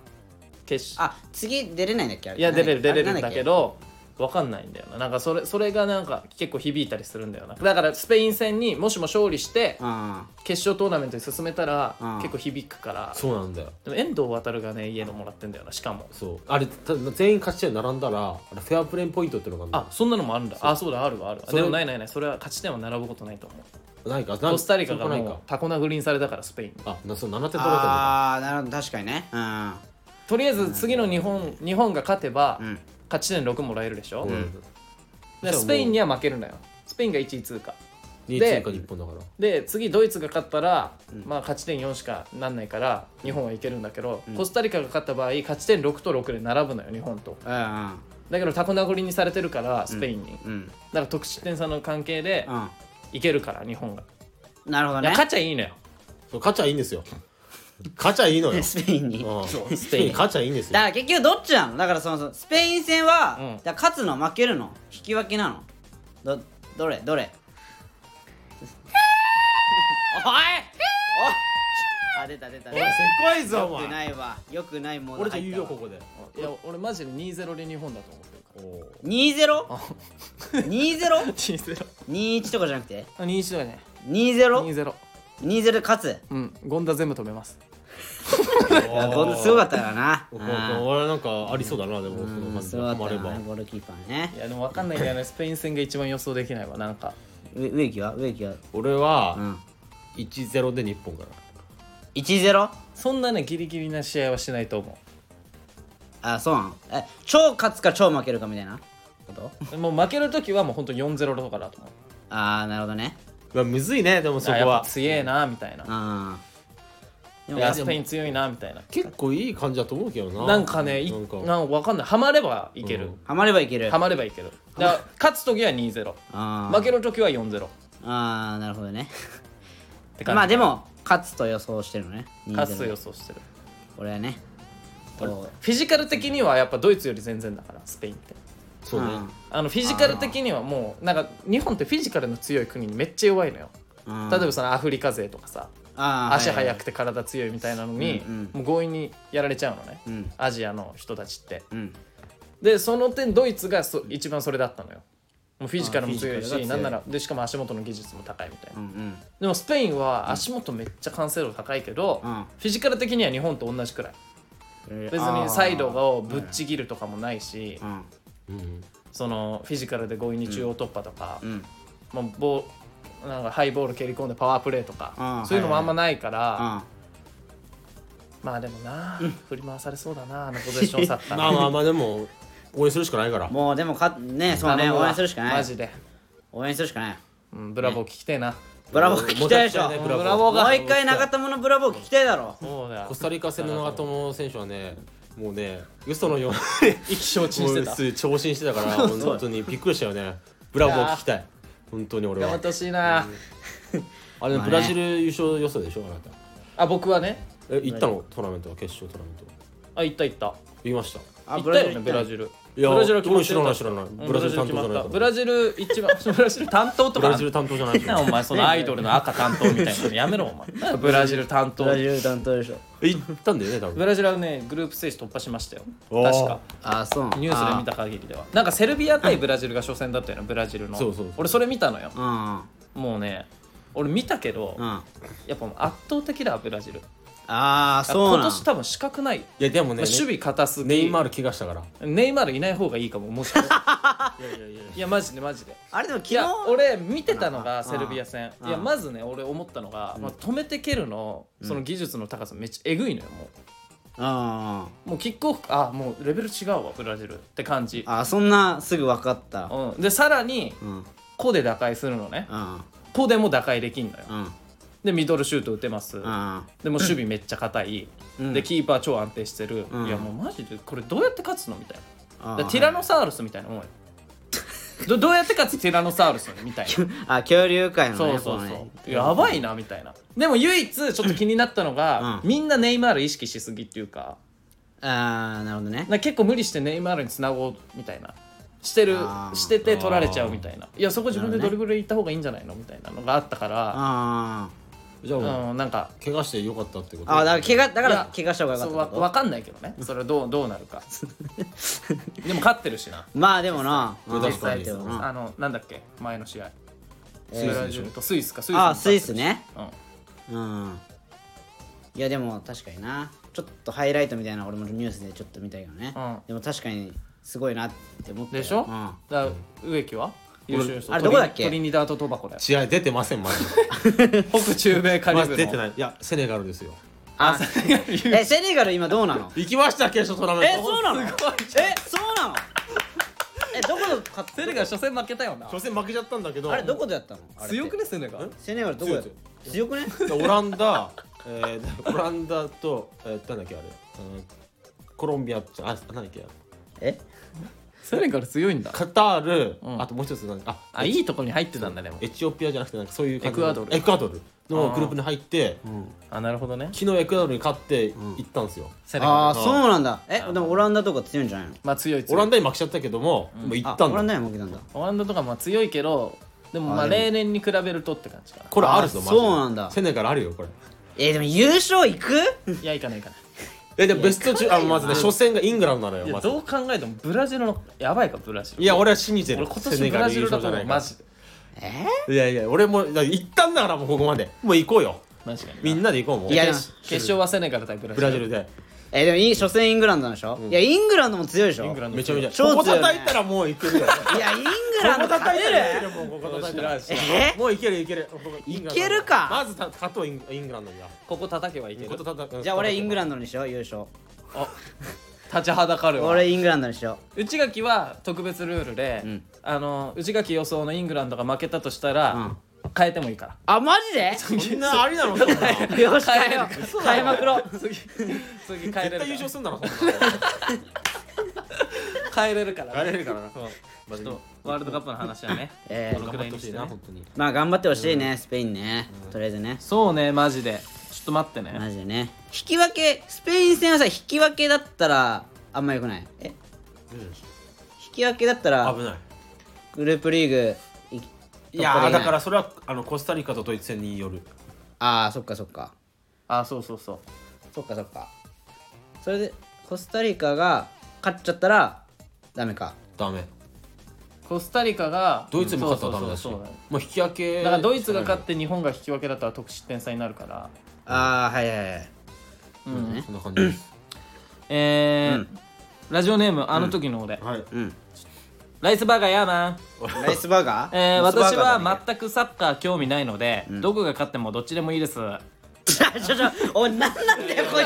Speaker 2: 決勝
Speaker 1: あ次出れないんだっけあれ
Speaker 2: いや出れる
Speaker 1: な
Speaker 2: 出
Speaker 1: んだ
Speaker 2: れ
Speaker 1: っけ
Speaker 2: るんだけど分かんないんだよななんかそれそれがなんか結構響いたりするんだよなだからスペイン戦にもしも勝利して
Speaker 1: あ
Speaker 2: 決勝トーナメントに進めたら
Speaker 1: うん
Speaker 2: 結構響くから
Speaker 3: そうなんだよ
Speaker 2: でも遠藤航がね家のもらってんだよなしかも
Speaker 3: そうあれた全員勝ち点並んだらあれフェアプレーポイントってのが
Speaker 2: あ
Speaker 3: あ
Speaker 2: そんなのもあるんだあそうだあるわあるわ
Speaker 3: それ
Speaker 2: でもないないないそれは勝ち点は並ぶことないと思う
Speaker 3: るないか
Speaker 2: コスタリカが
Speaker 3: そこない
Speaker 2: もう
Speaker 3: か
Speaker 2: タコ殴りにされたからスペインに
Speaker 3: あなそう7点
Speaker 1: ー
Speaker 3: 取られたのか
Speaker 1: あーなるほど確かにねうん
Speaker 2: とりあえず次の日本日本が勝てば
Speaker 1: うん
Speaker 2: 勝ち点6もらえるでしょ、
Speaker 3: う
Speaker 2: だ
Speaker 3: ん
Speaker 2: からスペインには負けるなよスペインが1位通過
Speaker 3: 2位
Speaker 2: で
Speaker 3: 追加日本だから
Speaker 2: で次ドイツが勝ったら、まあ、勝ち点4しかなんないから日本はいけるんだけど、コスタリカが勝った場合勝ち点6と6で並ぶのよ日本と
Speaker 1: うん
Speaker 2: だけどタコ殴りにされてるからスペインに、だ
Speaker 1: うんうん
Speaker 2: から得失点差の関係で
Speaker 1: う
Speaker 2: いけるから日本が、
Speaker 1: んなるほど
Speaker 2: い
Speaker 1: ね
Speaker 2: や勝っちゃいいのよ
Speaker 3: そう勝ちはいいんですよ [laughs] 勝ちはいいのよ
Speaker 1: スペインに
Speaker 3: うん
Speaker 2: そう
Speaker 3: スペイン勝ちはいいんですよ
Speaker 1: だから結局どっちなのだからそのそのスペイン戦は、
Speaker 2: うん
Speaker 1: だから勝つの負けるの引き分けなのどどれどれ
Speaker 2: おい
Speaker 1: あ出た出た出
Speaker 3: おい
Speaker 1: た
Speaker 3: せ
Speaker 1: よ
Speaker 3: こいぞお
Speaker 1: く
Speaker 3: 前
Speaker 1: ないわよくないもん
Speaker 3: 俺じゃ言うよここで
Speaker 2: いや俺マジで2-0で日本だと思ってるか
Speaker 3: おー
Speaker 1: 2-0?2-0?21
Speaker 2: ら
Speaker 1: とかじゃなくて
Speaker 2: 2-1だよね
Speaker 1: 2-0?2-0
Speaker 2: 2-0
Speaker 1: で勝つ
Speaker 2: うん権田全部止めます
Speaker 1: いやゴンズすごかったからな
Speaker 3: お
Speaker 1: あー
Speaker 3: お俺なんかありそうだなでもその
Speaker 1: うん
Speaker 3: 感
Speaker 1: す
Speaker 3: じ
Speaker 1: ごか
Speaker 3: で
Speaker 1: っ
Speaker 3: 止まれ
Speaker 1: た
Speaker 3: ば
Speaker 1: なゴールキーパーね
Speaker 2: いやでも分かんないんだよねスペイン戦が一番予想できないわなんか
Speaker 1: う植木は植木は
Speaker 3: 俺
Speaker 1: う
Speaker 3: は
Speaker 1: ん
Speaker 3: 1-0で日本から
Speaker 1: 1-0?
Speaker 2: そんなねギリギリな試合はしないと思う
Speaker 1: あそうなのえ超勝つか超負けるかみたいなこと
Speaker 2: もう負けるときはもうほんと4-0とかだと思う。
Speaker 1: ああなるほどね
Speaker 3: うわむずいねでもそ
Speaker 2: あ
Speaker 3: こ
Speaker 2: やっぱ
Speaker 3: は
Speaker 2: 強えなみたいな。
Speaker 1: うんで
Speaker 2: い
Speaker 1: も
Speaker 2: やスペイン強いなみたいな。
Speaker 3: 結構いい感じだと思うけどな
Speaker 2: なんかね、い
Speaker 3: な
Speaker 2: なんん
Speaker 3: か
Speaker 2: かわかんない。ハマればいける。
Speaker 1: ハマればいける
Speaker 2: ハマればいける。だから勝つときは2-0。
Speaker 1: あー
Speaker 2: 負けるときは4-0。っ
Speaker 1: あーなるほどね
Speaker 2: て感じ
Speaker 1: まあでも勝つと予想してるのね
Speaker 2: 勝つと
Speaker 1: 2-0
Speaker 2: 予想してる。
Speaker 1: 俺はねど
Speaker 2: フィジカル的にはやっぱドイツより全然だから、スペインって。
Speaker 3: そうね
Speaker 1: うん
Speaker 2: あのフィジカル的にはもう、なんか日本ってフィジカルの強い国にめっちゃ弱いのよ。
Speaker 1: うん
Speaker 2: 例えばそのアフリカ勢とかさ、
Speaker 1: あー
Speaker 2: 足
Speaker 1: はいは
Speaker 2: 速
Speaker 1: い
Speaker 2: くて体強いみたいなのに
Speaker 1: うん、
Speaker 2: もう強引にやられちゃうのね
Speaker 1: うん。
Speaker 2: アジアの人たちって。
Speaker 1: うん
Speaker 2: でその点ドイツがそ一番それだったのよもうフィジカルも強い
Speaker 3: あフィジカ
Speaker 2: し
Speaker 3: ルが強い
Speaker 2: なんならでしかも足元の技術も高いみたいな、
Speaker 1: うんうん
Speaker 2: でもスペインは足元めっちゃ完成度高いけど、
Speaker 1: うん
Speaker 2: フィジカル的には日本と同じくらい
Speaker 1: 別
Speaker 2: 別にサイドをぶっちぎるとかもないし、
Speaker 1: うん
Speaker 3: うん
Speaker 2: そのフィジカルで強引に中央突破とか
Speaker 1: う、ん
Speaker 2: もうボなんかハイボール蹴り込んでパワープレーとか、
Speaker 1: うん
Speaker 2: そういうのもあんまないから、
Speaker 1: あ
Speaker 2: まあでもな、振り回されそうだなあのポゼッションサッ
Speaker 1: [laughs]
Speaker 2: カー
Speaker 3: まあまあまあでも応援するしかないから
Speaker 1: もうでもかねそうね
Speaker 2: 頼むわ
Speaker 1: 応援するしかな
Speaker 2: マ
Speaker 1: い
Speaker 2: ジで、
Speaker 1: 応援するしかない
Speaker 2: うん、ブラボー聞きてえな、
Speaker 1: ブラボー聞きたいでしょ
Speaker 3: もう
Speaker 1: も
Speaker 3: ブラボー
Speaker 2: ボーが
Speaker 1: う一回長友のブラボー聞きたいだろ
Speaker 2: そうだよ
Speaker 3: コスタリカ戦の長友選手はねもうね嘘のように
Speaker 2: 意気消沈
Speaker 3: も
Speaker 2: し
Speaker 3: う
Speaker 2: てた
Speaker 3: すごい超進してたから本当にびっくりしたよねブラボー聞きたい本当に俺
Speaker 2: 頑張
Speaker 3: は
Speaker 2: ってほしいな
Speaker 3: あれ、
Speaker 1: まあね
Speaker 3: ブラジル優勝予想でしょあなた
Speaker 2: あ僕はね
Speaker 3: え行ったのトーナメントは決勝トーナメント
Speaker 2: あ行った行った
Speaker 3: 言いました
Speaker 1: あ
Speaker 2: 行った
Speaker 1: 行
Speaker 2: よね
Speaker 1: った
Speaker 2: ブラジル
Speaker 3: いや
Speaker 2: ブラジルは決まって
Speaker 3: 知らない知らない
Speaker 2: うん
Speaker 3: ブラジル担
Speaker 2: 決
Speaker 3: 当
Speaker 2: ま
Speaker 3: じ
Speaker 2: った
Speaker 3: ゃないから
Speaker 2: ブラジル一番 [laughs] ブラジル担当と
Speaker 3: ブ
Speaker 2: か
Speaker 3: ラジル担当じゃないか
Speaker 2: な
Speaker 3: ら
Speaker 2: んお前そのアイドルの赤担当みたいなのやめろお前なんだブラジル担当
Speaker 1: ブラジル担当でしょ
Speaker 3: 行ったんだよね多
Speaker 2: ブ
Speaker 3: 分
Speaker 2: ラジルはねグループステージ突破しましたよ
Speaker 3: お
Speaker 2: 確
Speaker 3: ー
Speaker 2: か
Speaker 1: あーそう
Speaker 2: ニュースで見た限りではなんかセルビア対ブラジルが初戦だったよねブラジルの
Speaker 3: そうそうそう
Speaker 2: 俺それ見たのよ
Speaker 1: あ
Speaker 2: もうね俺見たけど
Speaker 1: ーうんうん
Speaker 2: やっぱもう圧倒的だブラジル
Speaker 1: あーそう
Speaker 2: 今
Speaker 1: なん
Speaker 2: 年多分資格ない、
Speaker 3: いやでも
Speaker 2: まあ
Speaker 3: ね
Speaker 2: 守備硬すぎ
Speaker 3: ネイマール怪我したから
Speaker 2: ネイマールいない方がいいかももしかした
Speaker 3: [laughs]
Speaker 2: らいやマジでマジで
Speaker 1: あれでも昨
Speaker 2: い
Speaker 1: 日
Speaker 2: や俺見てたのが
Speaker 1: あ
Speaker 2: セルビア戦
Speaker 1: あ
Speaker 2: いやまずね俺思ったのが、まあ、止めて蹴るのその技術の高さめっちゃえぐいのよも
Speaker 1: あ
Speaker 2: うもうキックオフあもうレベル違うわブラジルって感じ
Speaker 1: ー、あーそんなすぐ分かった
Speaker 2: うん、でさらに
Speaker 1: うんうん
Speaker 2: 個で打開するのね
Speaker 1: うん
Speaker 2: 個でも打開できんのよ
Speaker 1: うん
Speaker 2: でミドルシュート打てます
Speaker 1: うん
Speaker 2: でも守備めっちゃ硬い、
Speaker 1: うん
Speaker 2: でキーパー超安定してる、
Speaker 1: うん
Speaker 2: いやもうマジでこれどうやって勝つのみたいな
Speaker 1: あー
Speaker 2: だからティラノサウルスみたいなもんよどどうやって勝つティラノサウルスみた
Speaker 1: [laughs]
Speaker 2: いな
Speaker 1: あ恐竜界のね
Speaker 2: そうそう
Speaker 1: こ
Speaker 2: そ
Speaker 1: ね
Speaker 2: うやばいなみたいなでも唯一ちょっと気になったのが、
Speaker 1: うん
Speaker 2: みんなネイマール意識しすぎっていうか
Speaker 1: ああなるほどね
Speaker 2: なんか結構無理してネイマールにつなごうみたいなしてる
Speaker 1: あー
Speaker 2: してて取られちゃうみたいないやそこ自分でドリブル行った方がいいんじゃないのみたいなのがあったから
Speaker 1: あ
Speaker 3: じゃあ、
Speaker 2: うんなんか
Speaker 3: 怪我してよかったってこと
Speaker 1: ああだから怪我だか
Speaker 2: い
Speaker 1: ら
Speaker 2: や
Speaker 1: 怪我した方がよか
Speaker 2: そ
Speaker 1: ったっ
Speaker 2: うわ
Speaker 1: てこと
Speaker 2: わかんないけどねそれどうどうな
Speaker 1: [laughs]
Speaker 2: るかでも勝ってるしな
Speaker 1: まあでもな
Speaker 3: うん
Speaker 1: うん
Speaker 3: 確か
Speaker 1: 抑え
Speaker 3: に
Speaker 1: てもな
Speaker 2: あのなんだっけ前の試合
Speaker 1: え
Speaker 2: ブ
Speaker 1: ー
Speaker 2: ラジルとスイスかスイスも
Speaker 1: あー
Speaker 2: 勝
Speaker 1: ス
Speaker 2: って
Speaker 1: イ
Speaker 2: るし
Speaker 1: スね
Speaker 2: うん
Speaker 1: うんいやでも確かになちょっとハイライトみたいな俺もニュースでちょっと見たけどね、
Speaker 2: うん
Speaker 1: でも確かにすごいなって思って
Speaker 2: でしょ
Speaker 1: うん、
Speaker 2: だから植木は優勝予想
Speaker 1: あれどこだっけ
Speaker 2: トリニダート・トバ
Speaker 1: [laughs]
Speaker 2: コだよ
Speaker 3: 試合出てませんマジで
Speaker 2: 北中米カリ
Speaker 3: マ
Speaker 2: ブ
Speaker 3: ジ
Speaker 2: の
Speaker 3: 出てないいやセネガルですよ
Speaker 1: あ
Speaker 2: い
Speaker 1: えセネガル今どうなの
Speaker 3: 行きました決勝トーナメン
Speaker 1: え
Speaker 3: ト
Speaker 1: そうなのえ
Speaker 2: すごいじゃん
Speaker 1: そうなのえどこで勝っ
Speaker 2: セネガル初戦負けたよな
Speaker 3: 初戦負けちゃったんだけど
Speaker 1: あれどこでやったのあれって
Speaker 2: 強くねセネガル
Speaker 1: セネガルどこでやっ
Speaker 3: 強
Speaker 1: た強くね
Speaker 3: [laughs] オランダ、えー、オランダと、えー、なんだっけあれ、えーコロンビアとあなんだっけ
Speaker 1: え
Speaker 2: セネガル強いんだ
Speaker 3: カタール、
Speaker 2: うん
Speaker 3: あともう一つなんかあ
Speaker 2: あいいとこに入ってたんだでも
Speaker 3: エチオピアじゃなくてなんかそういう感じの
Speaker 2: エクアドル
Speaker 3: エクアドルのグループに入って
Speaker 2: あなるほどね
Speaker 3: 昨日エクアドルに勝って行ったんですよ、
Speaker 2: セネ
Speaker 1: あ
Speaker 2: ガ
Speaker 1: あそうなんだえでもオランダとか強いんじゃないの
Speaker 2: ルまあ強い強い
Speaker 3: オランダに負けちゃったけども、もう行った
Speaker 1: あ
Speaker 3: ん
Speaker 1: オラ
Speaker 3: だ
Speaker 1: ンダには負けたんだ
Speaker 2: オランダとかまあ強いけどでもまあ
Speaker 1: あでも
Speaker 2: 例年に比べるとって感じかな
Speaker 3: これあるぞ
Speaker 1: あ
Speaker 3: マジで
Speaker 1: そうなんだ
Speaker 3: セネガルあるよこれ
Speaker 1: えーでも優勝いく
Speaker 2: いやいかないいかない
Speaker 3: えでもベスト10あまずね初戦がイングランドなの
Speaker 2: い
Speaker 3: よ
Speaker 2: や
Speaker 3: まず
Speaker 2: どう考えてもブラジルのやばいかブラジル
Speaker 3: いや俺は信じて
Speaker 2: 俺
Speaker 3: る
Speaker 2: 今
Speaker 3: セ
Speaker 2: 年
Speaker 3: ネ
Speaker 2: ブ
Speaker 3: ガ
Speaker 2: ラ
Speaker 3: ル
Speaker 2: ジ
Speaker 3: 優
Speaker 2: ルだ
Speaker 3: 勝
Speaker 2: と
Speaker 3: じ
Speaker 2: 思
Speaker 3: ゃな
Speaker 2: う
Speaker 3: い
Speaker 2: マ
Speaker 3: か
Speaker 2: ジで
Speaker 1: え
Speaker 3: らいやいや俺もだから行ったんだからもうここまでもう行こうよ
Speaker 2: 確かに
Speaker 3: みんなで行こうもう
Speaker 1: いや
Speaker 2: 決決勝はセネガル対ブラジ
Speaker 3: ブ
Speaker 2: ル
Speaker 3: ラジルで
Speaker 1: えーでもいい初戦イングランドなんでしょいやイングランドも強いでしょ
Speaker 2: イングランド
Speaker 3: めちゃめちゃ
Speaker 1: 超強い
Speaker 3: ここ叩いたらもういけるよ
Speaker 1: いやイングラン
Speaker 3: こ
Speaker 1: ド
Speaker 3: こ叩
Speaker 1: 勝
Speaker 3: い
Speaker 1: て
Speaker 3: たらいけ
Speaker 1: る
Speaker 3: るもうここ叩いたら
Speaker 2: 知らん
Speaker 1: え
Speaker 3: もういけるいけるい
Speaker 1: いけるか
Speaker 3: まずた勝とうイングイングランドには
Speaker 2: ここ叩けばいいけ
Speaker 3: ここ
Speaker 2: ど
Speaker 3: 叩く
Speaker 1: じゃあ俺イングラ
Speaker 3: ン
Speaker 1: ンドにしよう優勝
Speaker 2: あ立ちはだかるわ
Speaker 1: 俺イングランドにしよ
Speaker 2: 内垣は特別ルールで、
Speaker 1: うん
Speaker 2: あの内垣予想のイングランドが負けたとしたら、変えてもいいか
Speaker 1: うあマジで
Speaker 3: ドみんなありなのそんな絶
Speaker 1: よし
Speaker 2: 変
Speaker 1: 変え
Speaker 2: える
Speaker 1: よう
Speaker 2: 嘘だろ
Speaker 1: 変えまくろう
Speaker 2: ら次次変えれる
Speaker 3: 対優
Speaker 2: か
Speaker 3: 勝
Speaker 2: ら
Speaker 3: すんだろそんなの
Speaker 2: 変えれるから、
Speaker 3: やれるからな
Speaker 2: ちょっとワールドカップの話はね
Speaker 1: [laughs] えー
Speaker 2: このくらいにしてね
Speaker 3: 当に
Speaker 1: まあ頑張ってほしいねスペインねとりあえずね
Speaker 2: そうねマジでちょっと待って
Speaker 1: マ
Speaker 2: ね
Speaker 1: ジでね引き分けスペイン戦はさ引き分けだったらあんまよくないえ引き分けだったら
Speaker 3: 危ない
Speaker 1: グループリーグい
Speaker 3: いやーだから
Speaker 1: 突破できない
Speaker 3: それはあのコスタリカとドイツ戦による
Speaker 1: ああそっかそっか
Speaker 2: あそうそうそう
Speaker 1: そっかそっかそれでコスタリカが勝っちゃったらダメか
Speaker 3: ダメ
Speaker 2: コスタリカが
Speaker 3: ドイツも勝ったらダメだし
Speaker 2: そうそうそうそう
Speaker 3: もう引き分け
Speaker 2: だからドイツが勝って日本が引き分けだったら得失点差になるから
Speaker 1: ああはいはいはい
Speaker 2: うん
Speaker 3: そんな感じです
Speaker 2: えーラジオネームあの時の俺、
Speaker 3: はい
Speaker 1: うん
Speaker 2: ライスバーガーやーな
Speaker 1: ライスバーガー
Speaker 2: えー、
Speaker 1: ライスバ
Speaker 2: 私
Speaker 1: ーガーだね
Speaker 2: は全くサッカー興味ないので、どこが勝ってもどっちでもいいです
Speaker 1: ちょ [laughs] ちょちょおい何なんだよこい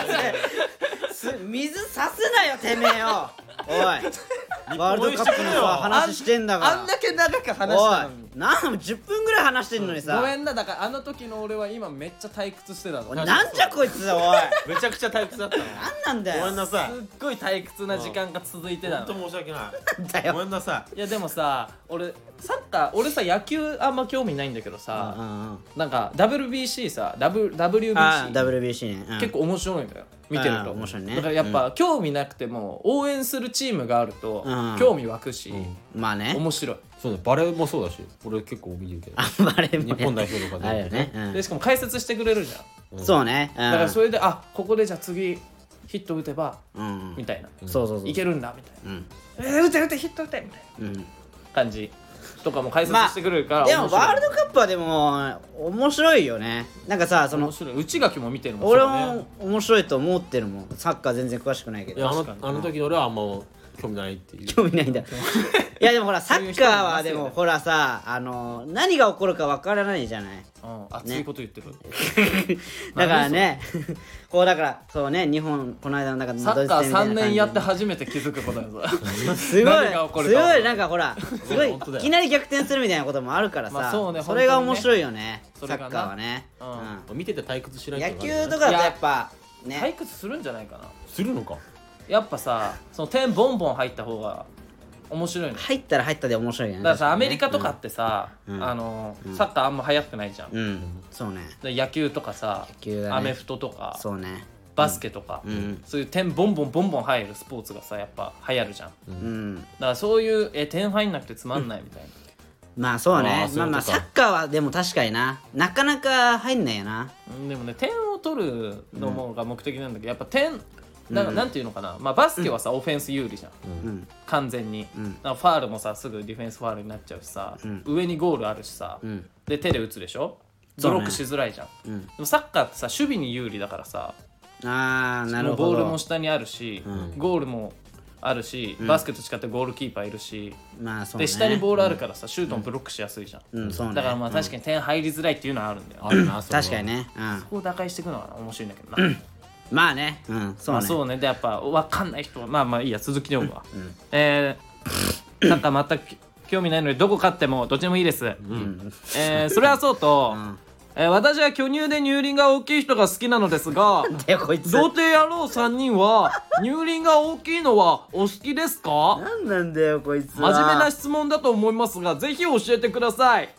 Speaker 1: つす水さすなよてめえよおいワールドカップのさ話してんだか
Speaker 2: あ
Speaker 1: ら
Speaker 2: んだけ長く話したの
Speaker 1: お
Speaker 2: に
Speaker 1: いなん10分ぐらい話してんのにさ
Speaker 2: ごめんなだからあの時の俺は今めっちゃ退屈してたの
Speaker 1: おいなんじゃこいつおい
Speaker 3: めちゃくちゃ退屈だったの
Speaker 1: なんなんだ
Speaker 3: ごめ
Speaker 1: よ
Speaker 3: んなさい
Speaker 2: すっごい退屈な時間が続いてた
Speaker 3: 本
Speaker 2: の
Speaker 3: 当申し訳な
Speaker 1: だ
Speaker 3: い
Speaker 1: よ
Speaker 3: ごめんなさ
Speaker 2: いやでもさ俺サッカー俺さ野球あんま興味ないんだけどさ、
Speaker 1: うんうん
Speaker 2: なんか WBC さ W- WBC
Speaker 1: あ WBC ね、うん
Speaker 2: 結構面白いんだよ見てる
Speaker 1: あー
Speaker 2: と
Speaker 1: 面白いね
Speaker 2: だからやっぱ、興味なくても応援するチームがあると、
Speaker 1: うん
Speaker 2: 興味湧くし、
Speaker 3: ん
Speaker 1: まあね
Speaker 2: 面白い
Speaker 3: そうねバレーもそうだし俺結構見てるけど
Speaker 1: あんまり
Speaker 3: 日本代表とかで
Speaker 1: あれよね、うん
Speaker 2: でしかも解説してくれるじゃん
Speaker 1: そうね、うん、
Speaker 2: だからそれで、あここでじゃあ次ヒット打てば
Speaker 1: うん
Speaker 2: みたいな、
Speaker 1: そうそうそう
Speaker 2: いけるんだみた
Speaker 1: うん
Speaker 2: いな、えー、打て打てヒット打てみたい
Speaker 1: うん
Speaker 2: な感じとかも解説
Speaker 1: まあ
Speaker 2: してくれるから、
Speaker 1: でも
Speaker 2: 面白い
Speaker 1: ワールドカップはでも面白いよねなんかさその
Speaker 2: 面白い内垣も見てるもん
Speaker 1: 俺
Speaker 2: そうね
Speaker 1: も面白いと思ってるもんサッカー全然詳しくないけ
Speaker 3: いやあ
Speaker 1: ど
Speaker 3: のあの時の俺はあんま興味ないっていう
Speaker 1: 興味
Speaker 2: [laughs]
Speaker 1: ないんだいやでもほらサ
Speaker 2: ういう
Speaker 1: ッ
Speaker 2: 人
Speaker 1: カ
Speaker 2: もい
Speaker 1: ー
Speaker 2: ま
Speaker 1: は
Speaker 2: すよね
Speaker 1: でもほらさあの何が起こるかわからないじゃ
Speaker 2: [laughs]
Speaker 1: ない
Speaker 2: うん、熱いこと言ってる、
Speaker 1: だからねこうだからそうね日本この間のなんか
Speaker 2: サッカー3年やっ
Speaker 1: ド
Speaker 2: て
Speaker 1: イツ戦みたいな感じ
Speaker 2: 初めて気づくことだぞ
Speaker 1: すごい
Speaker 2: 何が起こる
Speaker 1: す
Speaker 2: か
Speaker 1: ごいなんかほらす
Speaker 2: [laughs]
Speaker 1: ごい
Speaker 3: 本当だ
Speaker 1: い
Speaker 3: よ
Speaker 1: きなり逆転するみたいなこともあるから
Speaker 2: ま
Speaker 1: さ
Speaker 2: あそう
Speaker 1: れ
Speaker 2: ね
Speaker 1: が
Speaker 2: 本当に
Speaker 1: 面
Speaker 2: ね
Speaker 1: 白いよねサ
Speaker 2: それ
Speaker 1: ッ
Speaker 2: が
Speaker 1: カ
Speaker 2: な
Speaker 1: ーはね
Speaker 2: うん
Speaker 3: 見てて退屈し
Speaker 1: う
Speaker 3: なんい
Speaker 1: 野
Speaker 3: っていう
Speaker 1: 球
Speaker 3: の
Speaker 1: と
Speaker 3: がある
Speaker 1: かだと
Speaker 3: よね
Speaker 1: やっぱ
Speaker 2: 退
Speaker 1: ね
Speaker 2: 屈するんじゃないかな
Speaker 3: するのか
Speaker 2: やっぱさその点ボンボン入った方が面白いのだ
Speaker 1: 入ったら入ったで面白いよね
Speaker 2: からさアメリカと
Speaker 1: か
Speaker 2: かってさ、
Speaker 1: うん
Speaker 2: あのサッカーあんま流行ってないじゃん、
Speaker 1: うんそうね
Speaker 2: で野球とかさ
Speaker 1: 野球だね
Speaker 2: アメフトとか
Speaker 1: そうね
Speaker 2: バスケとか、
Speaker 1: ん
Speaker 2: そういう点ボンボンボンボン入るスポーツがさやっぱ流行るじゃんだか
Speaker 1: うん
Speaker 2: らそういうえ点入んなくてつまんないみたいな、
Speaker 1: まあそう
Speaker 3: あー
Speaker 1: ね
Speaker 3: そういうこと
Speaker 1: まあまあ
Speaker 3: か
Speaker 1: サッカーはでも確かにななかなか入んないよな
Speaker 2: うんでもね点を取るのもが目的なんだけどやっぱ点なんかなんていうのかな、まあ、バスケはさ、オフェンス有利じゃん、
Speaker 1: ん
Speaker 2: 完全に、なんかファールもさすぐディフェンスファールになっちゃうしさ、上にゴールあるしさ、
Speaker 1: ん
Speaker 2: で手で打つでしょ
Speaker 1: そ
Speaker 2: ブ
Speaker 1: うね
Speaker 2: ロックしづらいじゃん、
Speaker 1: ん
Speaker 2: でもサッカーってさ守備に有利だからさ
Speaker 1: あーな
Speaker 2: も
Speaker 1: る
Speaker 2: う
Speaker 1: ほど
Speaker 2: ボールも下にあるし、ゴールもあるし、バスケと違ってゴールキーパーいるし、
Speaker 1: まあそうね
Speaker 2: で下にボールあるからさシュートもブロックしやすいじゃん、
Speaker 1: うんそうね
Speaker 2: だからまあ確かに点入りづらいっていうのはあるんだよ、
Speaker 3: あるなそれは
Speaker 1: 確かにねうん
Speaker 2: ここを打開していくのは面白いんだけどな、
Speaker 1: まあねうん
Speaker 2: ま
Speaker 1: そう
Speaker 2: あ
Speaker 1: ね
Speaker 2: そうねでやっぱ分かんない人はまあまあいいや鈴木亮吾は、えー、 [laughs] なんか全く興味ないのでどこ勝ってもどっちでもいいです、えーそれはそうと、えー私は巨乳で乳輪が大きい人が好きなのです [laughs] が
Speaker 1: でこいつ
Speaker 2: 童貞野郎3人は乳輪が大きいのはお好きですか
Speaker 1: なんなんだよこいつ
Speaker 2: 真
Speaker 1: は
Speaker 2: 面目な質問だと思いますがぜひ教えてください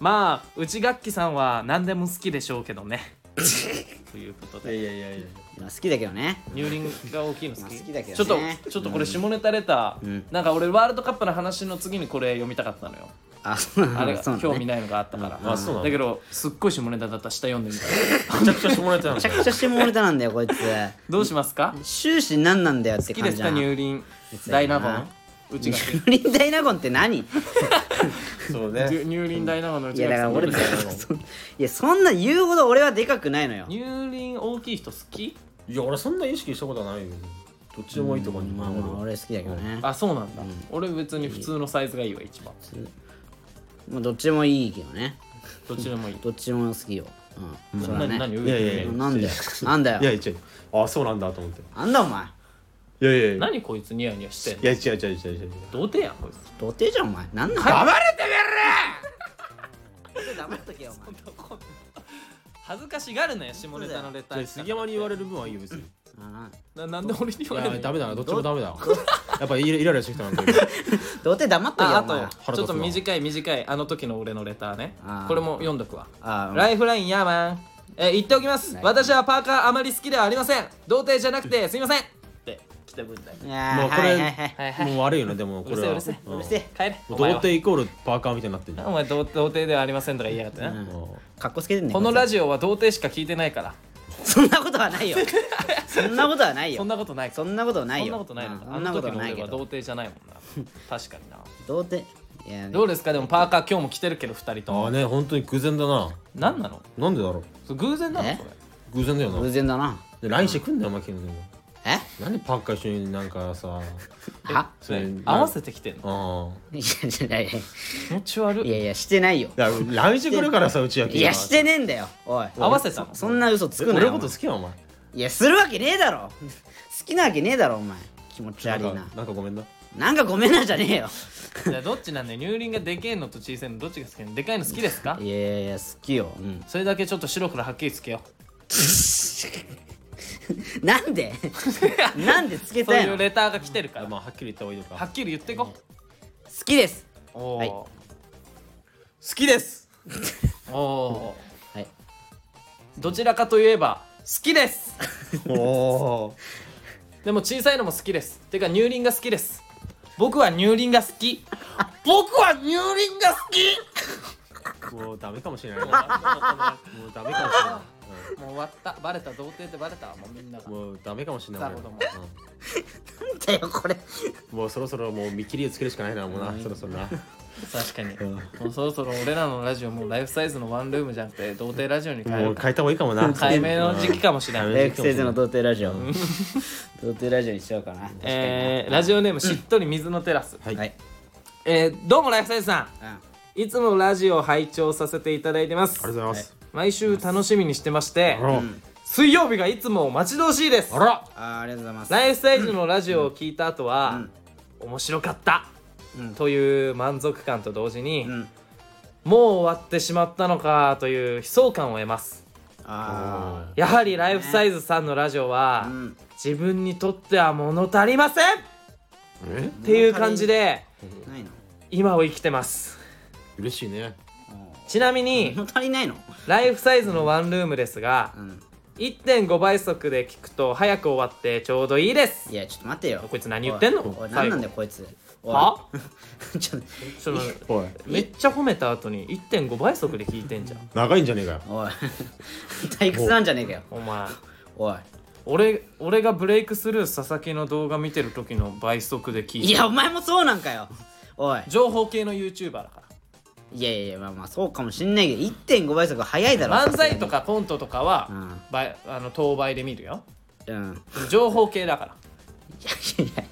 Speaker 2: まあ内楽器さんは何でも好きでしょうけど [laughs] ねということで
Speaker 3: いやいやいや
Speaker 1: まあ好きだけどね
Speaker 2: 乳輪が大きいの好
Speaker 1: まあ
Speaker 2: き
Speaker 1: 好きだけ
Speaker 2: ちょっ
Speaker 1: ど
Speaker 2: と
Speaker 1: ね
Speaker 2: ちょっとこれ下ネタレター、
Speaker 1: ん
Speaker 2: なんか俺ワールドカップの話の次にこれ読みたかったのよ、
Speaker 1: あそう
Speaker 2: あれ
Speaker 1: な
Speaker 2: が
Speaker 1: ん [laughs] そう
Speaker 2: 興
Speaker 1: な
Speaker 2: 味
Speaker 1: ん
Speaker 2: ないのがあったから、
Speaker 3: うんあそうなの
Speaker 2: だけどすっごい下ネタだった下読ん
Speaker 1: [laughs]
Speaker 2: でみた
Speaker 3: めちゃくちゃしてもらえたの
Speaker 1: めちゃくちゃしてもれたなんだよこいつ
Speaker 2: どうしますか
Speaker 1: 終始何なんだよって
Speaker 2: 好き
Speaker 1: 感
Speaker 2: で
Speaker 1: じじ
Speaker 2: す
Speaker 1: ゃ
Speaker 2: か
Speaker 1: ん
Speaker 2: 乳輪大納
Speaker 1: な
Speaker 2: 言うち
Speaker 1: [laughs]
Speaker 2: が
Speaker 1: 乳輪大納言って何
Speaker 3: そう
Speaker 2: 乳
Speaker 3: ね
Speaker 2: 輪大納言のう
Speaker 1: い
Speaker 2: ち
Speaker 1: やだから俺
Speaker 2: が
Speaker 1: [laughs] そんいやそんな言うほど俺はでかくないのよ
Speaker 2: 乳輪大きい人好き
Speaker 3: いや俺そんな意識したことはないよどっちでもいいとかに
Speaker 1: まあ
Speaker 3: 俺
Speaker 1: まあ
Speaker 3: は
Speaker 1: 俺好きだけどね
Speaker 2: あそうなんだ、俺別に普通のサイズがいいわ一番
Speaker 1: まあどっちでもいいけどね
Speaker 2: どっちでもいい
Speaker 1: どっちでも好きようんそ
Speaker 2: そんな
Speaker 1: れ
Speaker 2: に
Speaker 1: は
Speaker 2: 何
Speaker 1: ね
Speaker 2: 上
Speaker 3: いやいやい
Speaker 2: 上
Speaker 3: や
Speaker 1: なんだ
Speaker 2: [laughs]
Speaker 1: よなんだ
Speaker 3: いや
Speaker 1: よ
Speaker 3: いや違うあそうなんだと思って
Speaker 1: なんだお前
Speaker 3: いやいやいや
Speaker 2: 何こいつニヤニヤしてんの
Speaker 3: いや違う違う違う違う
Speaker 2: 童貞やんこいつ
Speaker 1: 童貞じゃんお前なんなんだ
Speaker 3: 黙れて
Speaker 1: 黙っとけよお前
Speaker 2: 恥ずかしがるなよ下ネタのレタ
Speaker 3: め
Speaker 2: ー
Speaker 3: れ杉山に言われる分はいいよ別に
Speaker 1: あ
Speaker 2: ななんで俺に言
Speaker 3: い
Speaker 2: われ
Speaker 3: や
Speaker 2: る
Speaker 3: [laughs] ダメだなどっちもダメだなやっぱイライラしてきたなんか今
Speaker 1: 童貞黙っとけ
Speaker 2: あ
Speaker 1: よ
Speaker 2: あ
Speaker 1: お前
Speaker 2: とちょっと短い短いあの時の俺のレターね
Speaker 1: あー
Speaker 2: これも読んどくわ
Speaker 1: あー
Speaker 2: ライフラインヤーマンえー言っておきます
Speaker 1: はい
Speaker 2: 私はパーカーあまり好きではありません童貞じゃなくてすいませんって来た分だ
Speaker 1: いやー
Speaker 3: もうこれ
Speaker 1: はいはいはいう
Speaker 2: はいはい
Speaker 3: もう悪いよねでもこ
Speaker 2: るせ
Speaker 3: れ
Speaker 2: えう
Speaker 3: は
Speaker 2: るせえ
Speaker 3: うん
Speaker 2: うるせえ帰れ
Speaker 3: もう
Speaker 2: お
Speaker 3: 童
Speaker 2: 前は
Speaker 3: 貞イコールパーカーみたいになってる
Speaker 2: お前童童貞ではありませんとか言いやがってな、
Speaker 3: うん
Speaker 1: かっこつけてんね
Speaker 2: この
Speaker 1: こい
Speaker 2: ラジオは童貞しか聞いてないから
Speaker 1: つそんなことはない
Speaker 2: [laughs]
Speaker 1: よそんなことはない
Speaker 2: そ
Speaker 1: よ
Speaker 2: んなことないか
Speaker 1: そんなことない
Speaker 2: そん
Speaker 1: よ
Speaker 2: なことないのか
Speaker 1: うん
Speaker 2: あ
Speaker 1: そんな
Speaker 2: の
Speaker 1: こと
Speaker 2: 時
Speaker 1: は
Speaker 2: の
Speaker 1: ない
Speaker 2: 俺
Speaker 1: け
Speaker 2: は
Speaker 1: ど
Speaker 2: 童貞じゃないもんな確かにな
Speaker 1: 童貞いや
Speaker 2: どうですかでもパーカー今日も着てるけど2人と
Speaker 3: あ
Speaker 2: も
Speaker 3: あね本当に偶然だな
Speaker 2: 何なの
Speaker 3: なんでだろう
Speaker 2: それ偶然なの
Speaker 1: え
Speaker 2: これ
Speaker 3: 偶然だよ
Speaker 1: 偶
Speaker 3: な
Speaker 1: 然だな
Speaker 3: で来週来んだよお前昨日でも
Speaker 1: え
Speaker 3: なんでパーカー一緒になんかさ
Speaker 1: は [laughs]
Speaker 3: それ
Speaker 2: ね合わせてきてんの
Speaker 3: あ
Speaker 1: いやじゃない
Speaker 2: 気持ち悪
Speaker 1: い
Speaker 2: い
Speaker 1: やいやしてないよ
Speaker 3: あ来週来るからさうちは君
Speaker 1: いやしてねえんだよおい
Speaker 2: 合わせたの
Speaker 1: そんな嘘つくな
Speaker 3: 俺の
Speaker 1: よ
Speaker 3: こと好きなお前
Speaker 1: いやするわけねえだろ好きなわけねえだろお前気持ち
Speaker 3: な
Speaker 1: 悪
Speaker 3: ん
Speaker 1: いな
Speaker 3: かなんかごめんな
Speaker 1: なんかごめんなじゃねえよ
Speaker 2: じゃあどっちなんだよ乳輪がでけえのと小さいのどっちが好きなのでかいの好きですか
Speaker 1: いやいやいや好きよ、うん、
Speaker 2: それだけちょっと白黒はっきりつけよう
Speaker 1: なんでなんでつけ
Speaker 2: そう
Speaker 1: たい
Speaker 2: い
Speaker 1: の
Speaker 2: う
Speaker 1: 好
Speaker 2: レターが来てるから
Speaker 3: まあはっきり言った方がいいのか
Speaker 2: は
Speaker 3: 好
Speaker 2: っきり言ってこ
Speaker 1: きです
Speaker 2: おお
Speaker 1: はい
Speaker 2: ー
Speaker 1: [laughs]
Speaker 3: きです
Speaker 2: おお
Speaker 1: はい
Speaker 2: ーどちらかといえば好きです
Speaker 3: おお
Speaker 2: でも小さいのも好きですてか乳輪が好きです僕は乳輪が好
Speaker 1: [laughs]
Speaker 2: き僕は乳輪が好き [laughs]
Speaker 3: もうダメかもしれないなもうダメかもしれない
Speaker 2: もう終わったバレた童貞ってバレたもうみんなが
Speaker 3: うんもうダメかもしれない
Speaker 2: なるほど
Speaker 1: なんだよこれ
Speaker 3: うんもうそろそろもう見切りをつけるしかないなもうなそろそろな
Speaker 2: 確かにもうそろそろ俺らのラジオもうライフサイズのワンルームじゃなくて童貞ラジオに変え
Speaker 3: も
Speaker 2: る
Speaker 3: う
Speaker 2: か
Speaker 3: 変えた方がいいかも
Speaker 2: [laughs]
Speaker 3: な
Speaker 2: 解明の時期かもしれない
Speaker 3: うん
Speaker 1: レイクセイズの童貞ラジオ童貞ラジオにしようかな確かにな
Speaker 2: えーラジオネームしっとり水のテラス、
Speaker 3: はい
Speaker 1: はい、
Speaker 2: えーどうもライフサイズさ
Speaker 1: うん、
Speaker 2: んいつもラジオを拝聴させていただいてます
Speaker 3: ありがとうございます
Speaker 2: 毎週楽しみにしてまして
Speaker 3: あら
Speaker 2: 水曜日がいつも待ち遠しいです
Speaker 3: あら
Speaker 1: あーありがとうございます
Speaker 2: ライフサイズのラジオを聞いた後は、面白かった、
Speaker 1: うん
Speaker 2: という満足感と同時に、
Speaker 1: うん
Speaker 2: もう終わってしまったのかという悲壮感を得ます
Speaker 1: あ
Speaker 2: やはりライフサイズさんのラジオは、
Speaker 1: あうん
Speaker 2: 自分にとっては物足りませんっ
Speaker 3: え
Speaker 2: ていう感じで
Speaker 1: ないの
Speaker 2: 今を生きてます
Speaker 3: 嬉しいね
Speaker 2: ちなみに
Speaker 1: 物足りないの
Speaker 2: ライフサイズのワンルームですが
Speaker 1: うん
Speaker 2: 1.5倍速で聞くと早く終わってちょうどいいです
Speaker 1: いやちょっと待てよ
Speaker 2: こいつ何言ってんの
Speaker 1: おいおい
Speaker 2: 最
Speaker 1: 何
Speaker 2: 後
Speaker 1: なんだよこいつおい
Speaker 2: は
Speaker 1: [laughs] ちょっと
Speaker 2: ちょっと待って
Speaker 3: おい
Speaker 2: めっちゃ褒めた後に1.5倍速で聞いてんじゃん
Speaker 3: 長いんじゃねえかよ
Speaker 1: おい [laughs] 退屈なんじゃねえかよ
Speaker 2: お前
Speaker 1: おい
Speaker 2: 俺俺がブレイクスルー佐々木の動画見てる時の倍速で聞いて
Speaker 1: いやお前もそうなんかよおい
Speaker 2: 情報系の YouTuber だか
Speaker 1: いやいやいやまあまあそうかもしんないけど1.5倍速早いだ
Speaker 2: ら
Speaker 1: ろ
Speaker 2: 漫才とかコントとかは、
Speaker 1: うん
Speaker 2: 倍あの当倍で見るよ
Speaker 1: うん
Speaker 2: 情報系だか
Speaker 1: いや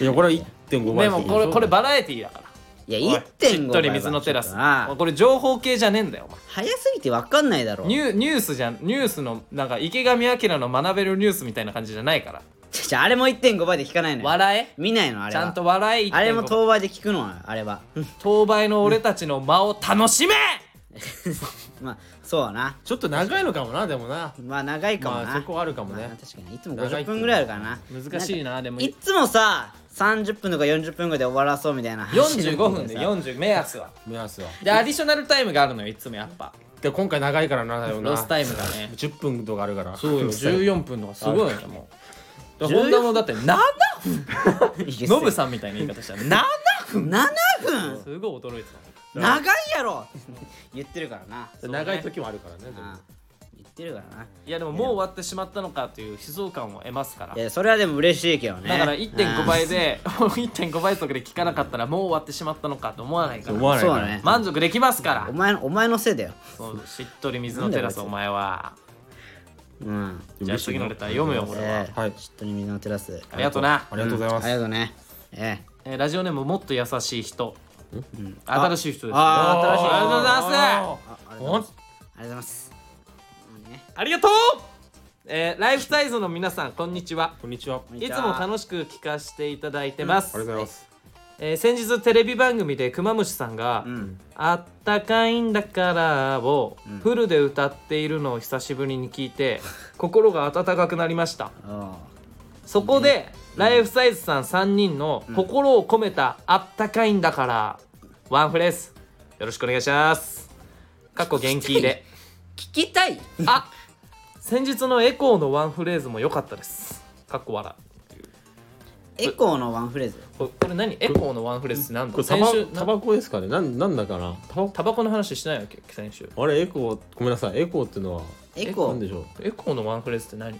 Speaker 3: いやこれは1.5
Speaker 2: らで
Speaker 3: 倍
Speaker 2: もこれこれバラエティーだから
Speaker 1: いやい
Speaker 2: お
Speaker 1: や
Speaker 2: いしっ
Speaker 1: 1.5
Speaker 2: と
Speaker 1: 倍
Speaker 2: り
Speaker 1: は
Speaker 2: 水のテラ
Speaker 1: ち
Speaker 2: ス
Speaker 1: ょっとな
Speaker 2: これ情報系じゃねえんだよお前
Speaker 1: 早すぎて分かんないだろ
Speaker 2: ニュニュースじゃんニュースのなんか池上彰の学べるニュースみたいな感じじゃないから
Speaker 1: じゃあれも1.5倍で聞かないのよ
Speaker 2: 笑え
Speaker 1: 見ないのあれ
Speaker 2: ち
Speaker 1: は
Speaker 2: ゃんと笑え
Speaker 1: あれも
Speaker 2: 1.5
Speaker 1: 当倍で聞くのはあれは [laughs]
Speaker 2: 当倍の俺たちの間を楽しめ
Speaker 1: まあそうだな
Speaker 3: ちょっと長いのかもなでもな
Speaker 1: まあ長いかもな、
Speaker 3: まあそこはあるかもね
Speaker 1: まあ確かにいつも
Speaker 3: 長
Speaker 1: 50
Speaker 3: いっていう
Speaker 1: 分ぐらいあるからな
Speaker 2: 難しいなでも
Speaker 1: いっつもさ30分とか40分ぐらいで終わらそうみたいな [laughs] 話になってるけど
Speaker 2: 45分で40目安は
Speaker 3: 目安は
Speaker 2: でアディショナルタイムがあるのよいつもやっぱ
Speaker 3: で今回長いからなだよな
Speaker 2: ロスタイムがね
Speaker 3: 10分とかあるから
Speaker 2: そうよ14分とかすごいよねもうだから
Speaker 1: 14
Speaker 2: 本田もだって7分ノブ
Speaker 1: さ
Speaker 2: さんみたいな言い方したら7
Speaker 1: 7分
Speaker 2: すごい驚いてた
Speaker 1: 長いやろ言ってるからな
Speaker 3: 長い時もあるからねでも
Speaker 1: あ言ってるからない
Speaker 2: やでももう終わってしまったのかという悲壮感を得ますから
Speaker 1: いやそれはでも嬉しいけどね
Speaker 2: だから1.5
Speaker 1: あ
Speaker 2: 倍で [laughs] 1.5倍速で聞かなかったらもう終わってしまったのかと思わないか
Speaker 3: 思
Speaker 2: ら
Speaker 3: わないか
Speaker 1: そうだ
Speaker 3: ら
Speaker 1: ね
Speaker 2: 満足できますか
Speaker 1: ー
Speaker 2: ら
Speaker 1: お前のお前のせいだよ
Speaker 2: そうしっとり水のテラスお前は
Speaker 1: うん
Speaker 2: じゃあ次のレター読むよ俺は
Speaker 1: えー
Speaker 3: はい
Speaker 1: ちょっとに水の照らす
Speaker 2: ありがとうな
Speaker 3: ありがとうございます
Speaker 1: ありがとうねえ
Speaker 2: えーラジオネームもっと優しい人新しい人です
Speaker 1: あ
Speaker 2: おー
Speaker 1: 新しい人
Speaker 2: ありがとうございま
Speaker 1: ーあありがとうござい
Speaker 3: お
Speaker 1: ますありがとうございますいいね
Speaker 2: すありがとうえーライフサイズの皆さんこんにちは
Speaker 3: こんにちはあ
Speaker 1: こん
Speaker 2: い
Speaker 1: に
Speaker 2: つ
Speaker 1: ちは
Speaker 2: も楽しく聞かせていただいてます、
Speaker 3: りがとうございます
Speaker 2: えー先日テレビ番組でクマムシさんが、
Speaker 1: うん
Speaker 2: あったかいんだから」をフルで歌っているのを久しぶりに聞いて心が温かくなりました
Speaker 1: あ
Speaker 2: そこでライフサイズさん3人の心を込めた「あったかいんだから」ワンフレーズよろしくお願いしますかっこ元気で
Speaker 1: 聞きたい
Speaker 2: あ先日のエコーのワンフレーズも良かったですかっこ笑
Speaker 1: エコーのワンフレーズ
Speaker 2: これこれ何エコーのワンフレーズって何
Speaker 3: こ
Speaker 2: だ
Speaker 3: れタ
Speaker 2: 先
Speaker 3: バ
Speaker 2: 週
Speaker 3: タ
Speaker 2: な
Speaker 3: バコですかねなんなんだかなタバコ
Speaker 2: タバコの話してないわけ先週
Speaker 3: あれエコーごめんなさいエコーってのは
Speaker 1: エ
Speaker 2: そ
Speaker 1: コ
Speaker 3: なんで
Speaker 1: ー
Speaker 3: しょう
Speaker 2: エコーのワンフレーズって何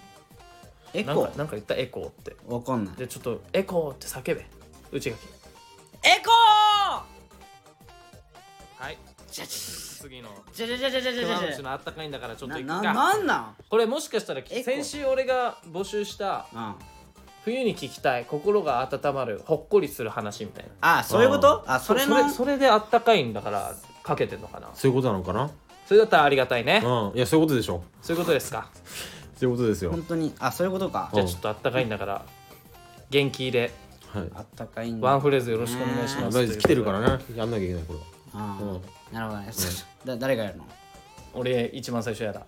Speaker 1: エ
Speaker 2: なん
Speaker 1: コ
Speaker 2: かなんか言ったエコーって
Speaker 1: ーわかんない
Speaker 2: でちょっとエコーって叫べ内垣
Speaker 1: エコ
Speaker 2: はい
Speaker 1: ーじゃじ
Speaker 2: 次の
Speaker 1: ゃじゃじゃじゃじゃじゃじ
Speaker 2: 熊
Speaker 1: ゃ
Speaker 2: 虫のあったかいんだからちょっと
Speaker 1: な
Speaker 2: 行く
Speaker 1: な
Speaker 2: か
Speaker 1: なんなん
Speaker 2: これもしかしたら
Speaker 1: エコー
Speaker 2: 先週俺が募集した
Speaker 1: うん
Speaker 2: 冬に聞きたい心が温まるほっこりする話みたいな
Speaker 1: あそういうことあそれの
Speaker 2: それそれであったかいんだからかけてんのかな
Speaker 3: そういうことなのかな
Speaker 2: それだったらありがたいね
Speaker 3: うんいやそういうことでしょ
Speaker 2: そういうことですか
Speaker 3: そういうことですよ
Speaker 1: 本当にあそういうことか
Speaker 2: じゃあちょっとあったかいんだから元気で
Speaker 3: はい
Speaker 1: あったかいんだ
Speaker 2: ワンフレーズよろしくお願いし
Speaker 3: ま
Speaker 2: ま
Speaker 3: あ
Speaker 2: す。。
Speaker 3: 来てるかららねやんなきゃいけないこれは
Speaker 1: あ
Speaker 3: うん
Speaker 1: ーなるほどね、 [laughs] だ誰がやるの
Speaker 2: 俺一番最初やだ。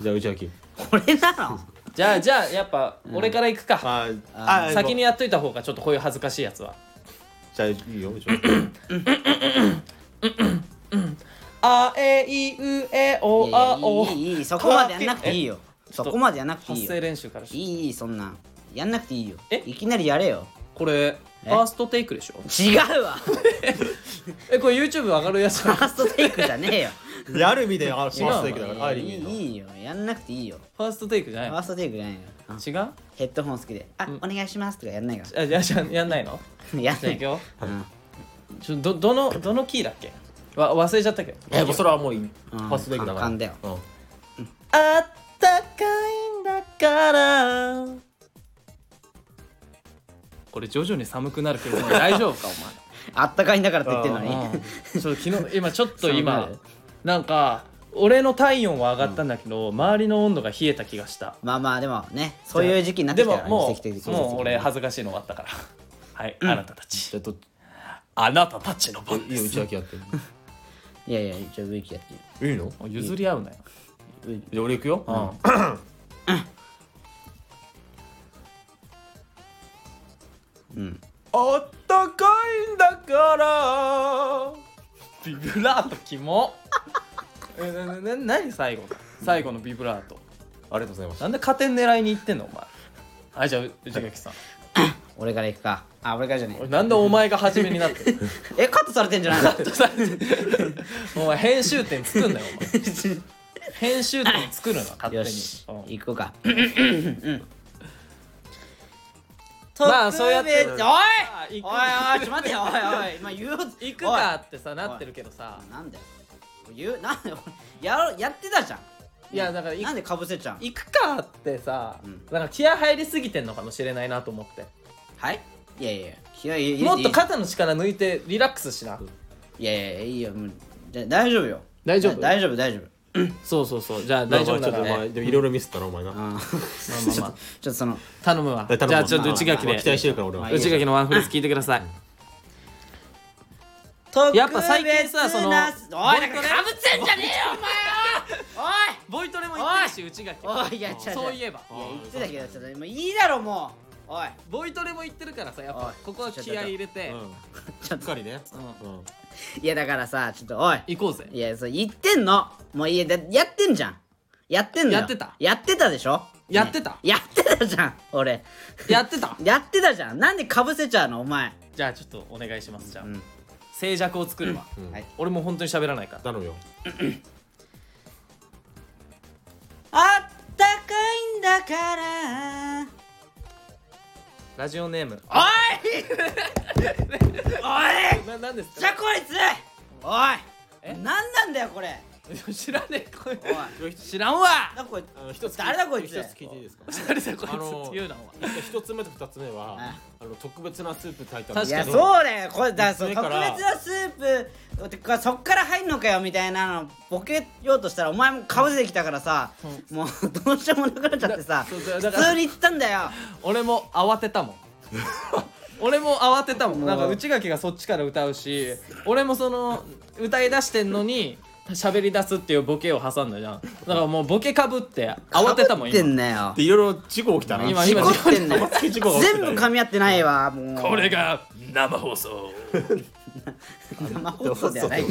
Speaker 3: じゃあ内秋
Speaker 1: 俺なの
Speaker 2: じゃあじゃあやっぱ俺から行くか。
Speaker 4: あ
Speaker 1: あ
Speaker 4: あ
Speaker 2: 先にやっといた方がちょっとこういう恥ずかしいやつは。
Speaker 4: じゃあいいよちょ
Speaker 2: あえいうえお
Speaker 1: いやい
Speaker 2: あお
Speaker 1: や。いいいいいいそこまでやんなくていいよそこまでやんなくていい
Speaker 2: 発
Speaker 1: よ
Speaker 2: 声練習からし
Speaker 1: いいいいそんなんやんなくていいよ
Speaker 2: え
Speaker 1: いきなりやれよ
Speaker 2: これファーストテイクでしょ
Speaker 1: 違うわ [laughs] フ
Speaker 2: えこれ YouTube 上がるやつ
Speaker 1: ァ
Speaker 2: [laughs] ファ
Speaker 1: ーストテイクじゃねえ
Speaker 2: [laughs]
Speaker 1: よ
Speaker 4: っとやるみたいなしますけ
Speaker 1: い
Speaker 4: ど
Speaker 1: や
Speaker 4: アイリ
Speaker 1: い
Speaker 4: ーの
Speaker 1: いいいよやんなくていいよ
Speaker 2: ーストテイクじゃ
Speaker 1: フ
Speaker 2: な
Speaker 1: ァー
Speaker 2: い
Speaker 1: ストテイクじゃないよあ
Speaker 2: の違う
Speaker 1: ヘッドホン好きで「あ、
Speaker 2: ん
Speaker 1: お願いします」とかやんないか
Speaker 2: あじゃあじゃあやんないの
Speaker 1: らやん
Speaker 2: じ
Speaker 1: な
Speaker 2: ゃあい
Speaker 1: い
Speaker 2: くよ
Speaker 1: うん
Speaker 2: ちょどどのどのキーだっけわ忘れちゃったけど
Speaker 3: えもうそれはもういい
Speaker 1: う
Speaker 3: フ
Speaker 1: ん
Speaker 3: ァーストテイクだから
Speaker 1: 簡単だよ
Speaker 3: うん
Speaker 2: あったかいんだからこれ徐々に寒くなるけど大丈夫か
Speaker 1: あったかいんだからって言ってん
Speaker 2: お
Speaker 1: の
Speaker 2: 前
Speaker 1: に
Speaker 2: うんちょっと昨日今ちょっと今
Speaker 3: 寒く
Speaker 2: なんか俺の体温は上がったんだけど、周りの温度が冷えた気がした
Speaker 1: [laughs] まあまあでもねそういう時期になって
Speaker 2: で
Speaker 1: きた
Speaker 2: も
Speaker 1: から
Speaker 2: も
Speaker 1: 奇跡的
Speaker 2: う
Speaker 1: に
Speaker 2: もう俺恥ずかしいの終わったからはい、あなたたち
Speaker 3: じゃあどっち
Speaker 2: あなたたちの番
Speaker 3: い
Speaker 2: で
Speaker 3: いよ
Speaker 2: す
Speaker 3: 内秋やって
Speaker 1: いやいや一応ウィキやって
Speaker 3: いいの
Speaker 2: 譲り合うなよ、
Speaker 1: る
Speaker 3: じゃあ俺行くよ
Speaker 2: うん
Speaker 1: うん
Speaker 2: あったかいんだからビブラートキモえななな何最後の最後のビブラート
Speaker 3: ありがとうございました
Speaker 2: なんで加点狙いにいってんのお前はいじゃあ内垣さん
Speaker 1: 俺から行くかあ俺からじゃね
Speaker 2: 俺なんでお前が初めにな [laughs] ってんの
Speaker 1: ええカットされてんじゃない
Speaker 2: [laughs]
Speaker 1: の
Speaker 2: お前編集点作んなよお前編集点作るな勝手に
Speaker 1: よし
Speaker 2: うん
Speaker 1: 行こうか
Speaker 2: まあそうやって
Speaker 1: [laughs] おい
Speaker 2: あ行く
Speaker 1: おいおいちょっと待ってよおいおい今言う
Speaker 2: 行くかってさなってるけどさ
Speaker 1: なんだよ言うなんだよやろやってたじゃん
Speaker 2: いやだから行
Speaker 1: な
Speaker 2: く
Speaker 1: んでかぶせちゃう
Speaker 2: 行くかってさ、
Speaker 1: うん
Speaker 2: なんか気合入りすぎてんのかもしれないなと思って
Speaker 1: はいいやいや気合い入れていい
Speaker 2: もっと肩の力抜いてリラックスしない
Speaker 1: やいやいやいいよもうじゃ大丈夫よ
Speaker 2: 大丈夫
Speaker 1: だ大丈夫大丈夫
Speaker 2: そうそうそうじゃあ
Speaker 3: まあ
Speaker 2: 大丈夫
Speaker 3: まあ
Speaker 2: だ
Speaker 3: ち
Speaker 2: か
Speaker 3: ょっ
Speaker 2: らね
Speaker 3: とまあでもいろいろミスったなお前
Speaker 1: [laughs]
Speaker 3: な
Speaker 1: あー
Speaker 2: まあまあまあ
Speaker 1: ちょっとその
Speaker 2: 頼むわ
Speaker 3: 頼むわ
Speaker 2: じゃあちょっと内垣
Speaker 3: まあ
Speaker 2: で
Speaker 3: 期待してるから俺
Speaker 1: ま
Speaker 3: は
Speaker 1: あいいよ
Speaker 2: 内垣のワンフレーズ聞いてくださいやっぱ最近さその
Speaker 1: 特別なおい
Speaker 2: ボイ
Speaker 1: な
Speaker 2: ト
Speaker 1: ん
Speaker 2: レ
Speaker 1: かかぶせんじゃねえよお前よ
Speaker 2: ボイトレも言ってるし内垣
Speaker 1: おいおいいや違う違う
Speaker 2: そういえば
Speaker 1: おいいや言ってたけどちょっともういいだろもうおい
Speaker 2: ボイトレも言ってるからさやっ
Speaker 1: お
Speaker 2: ぱ
Speaker 1: い
Speaker 2: ここは気合い入れて、
Speaker 3: うんしっかりね
Speaker 2: う
Speaker 3: うん
Speaker 1: いやだからさちょっとおい
Speaker 2: 行こうぜ
Speaker 1: いやそう言ってんのもういやだやってんじゃんやってんのよ
Speaker 2: やってた
Speaker 1: やってたでしょ
Speaker 2: やってた
Speaker 1: ねやってたじゃん俺
Speaker 2: やってた
Speaker 1: やってたじゃんなんでかぶせちゃうのお前
Speaker 2: じゃあちょっとお願いしますじゃあ、
Speaker 1: うん
Speaker 2: 静寂を作るわ、
Speaker 3: うん
Speaker 1: はい
Speaker 2: 俺もう本当に喋らないから
Speaker 3: 頼むよ
Speaker 1: あったかいんだから
Speaker 2: ラジオネーム
Speaker 1: おい [laughs] おい
Speaker 2: ななんです
Speaker 1: じゃ
Speaker 2: か
Speaker 1: こいつお
Speaker 2: え
Speaker 1: いなんなんだよこれ
Speaker 2: 知らねえこれ
Speaker 1: おい
Speaker 2: 知らんわ
Speaker 1: なんかこれ
Speaker 3: あの一つ
Speaker 1: 誰だこいつ
Speaker 3: 一つ聞いていいですか
Speaker 2: 誰だこいつ
Speaker 3: あの
Speaker 2: っていうのは
Speaker 3: 一つ目と二つ目はあの特別なスープ炊いたん
Speaker 2: 確
Speaker 1: い
Speaker 2: か
Speaker 1: や
Speaker 2: に
Speaker 1: そうだよこれだ
Speaker 3: 三つ
Speaker 1: そう
Speaker 3: 目
Speaker 1: 特
Speaker 3: から
Speaker 1: 別なスープてかそっから入んのかよみたいなのボケようとしたらお前もかぶせてきたからさ、もうどうしようもなくなっちゃってさ
Speaker 2: [laughs] そうそう
Speaker 1: 普
Speaker 2: だから
Speaker 1: 通に言ったんだよ
Speaker 2: 俺も慌て [laughs] たもん俺も慌てたもんなんか内垣がそっちから歌うし俺もその歌い出してんのに喋り出すっていうボケを挟んだじゃんだからもうボケかぶって慌てたもん
Speaker 1: 被って
Speaker 2: 今
Speaker 1: んだよ
Speaker 3: でいろいろ事故起きたな
Speaker 2: 今
Speaker 1: 事
Speaker 2: 今
Speaker 1: 故ってんだ
Speaker 2: [laughs]
Speaker 1: よ
Speaker 3: 事故事故が起きて
Speaker 1: 全
Speaker 3: た
Speaker 1: 部噛み合ってないわもう
Speaker 2: これが生放送
Speaker 1: 生放送ではない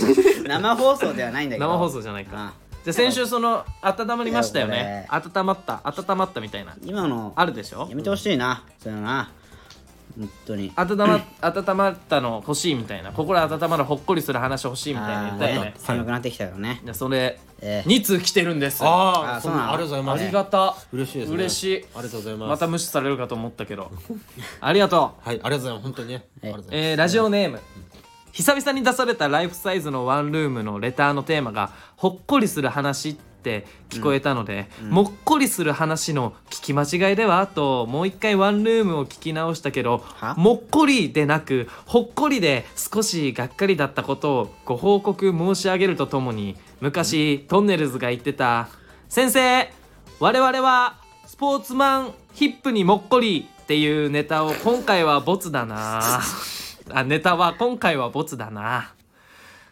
Speaker 1: 生放送ではないんだけど
Speaker 2: 生放送じゃないか
Speaker 1: あ
Speaker 2: じゃあ先週その温まりましたよね
Speaker 1: い
Speaker 2: 温まった温まったみたいな
Speaker 1: 今の
Speaker 2: あるでしょ
Speaker 1: やめてほしいな、そういうのな本当に
Speaker 2: 温ま [coughs] 温まったの欲しいみたいな心温まるほっこりする話欲しいみたいな言った
Speaker 1: あ
Speaker 2: よ
Speaker 1: ー
Speaker 2: ね
Speaker 1: ね寒くなってきたよね、
Speaker 2: でそれ
Speaker 1: ええ
Speaker 2: 2通来てるんです
Speaker 3: あ
Speaker 1: あ
Speaker 3: あ
Speaker 1: そ
Speaker 3: そうう
Speaker 1: なの
Speaker 3: ありがとうござい
Speaker 2: あ
Speaker 3: ます
Speaker 2: りがた
Speaker 3: 嬉しいですね
Speaker 2: 嬉しい
Speaker 3: ありがとうございます
Speaker 2: また無視されるかと思ったけどありがとう
Speaker 3: はいありがとうございます本当にねありがとうござい
Speaker 2: えーラジオネーム久々に出されたライフサイズのワンルームのレターのテーマがほっこりする話って聞こえたので、もっこりする話の聞き間違いではともう一回ワンルームを聞き直したけど
Speaker 1: は
Speaker 2: もっこりでなくほっこりで少しがっかりだったことをご報告申し上げるとともに昔トンネルズが言ってた「先生我々はスポーツマンヒップにもっこりっていうネタを今回はボツだなあネタは今回はボツだな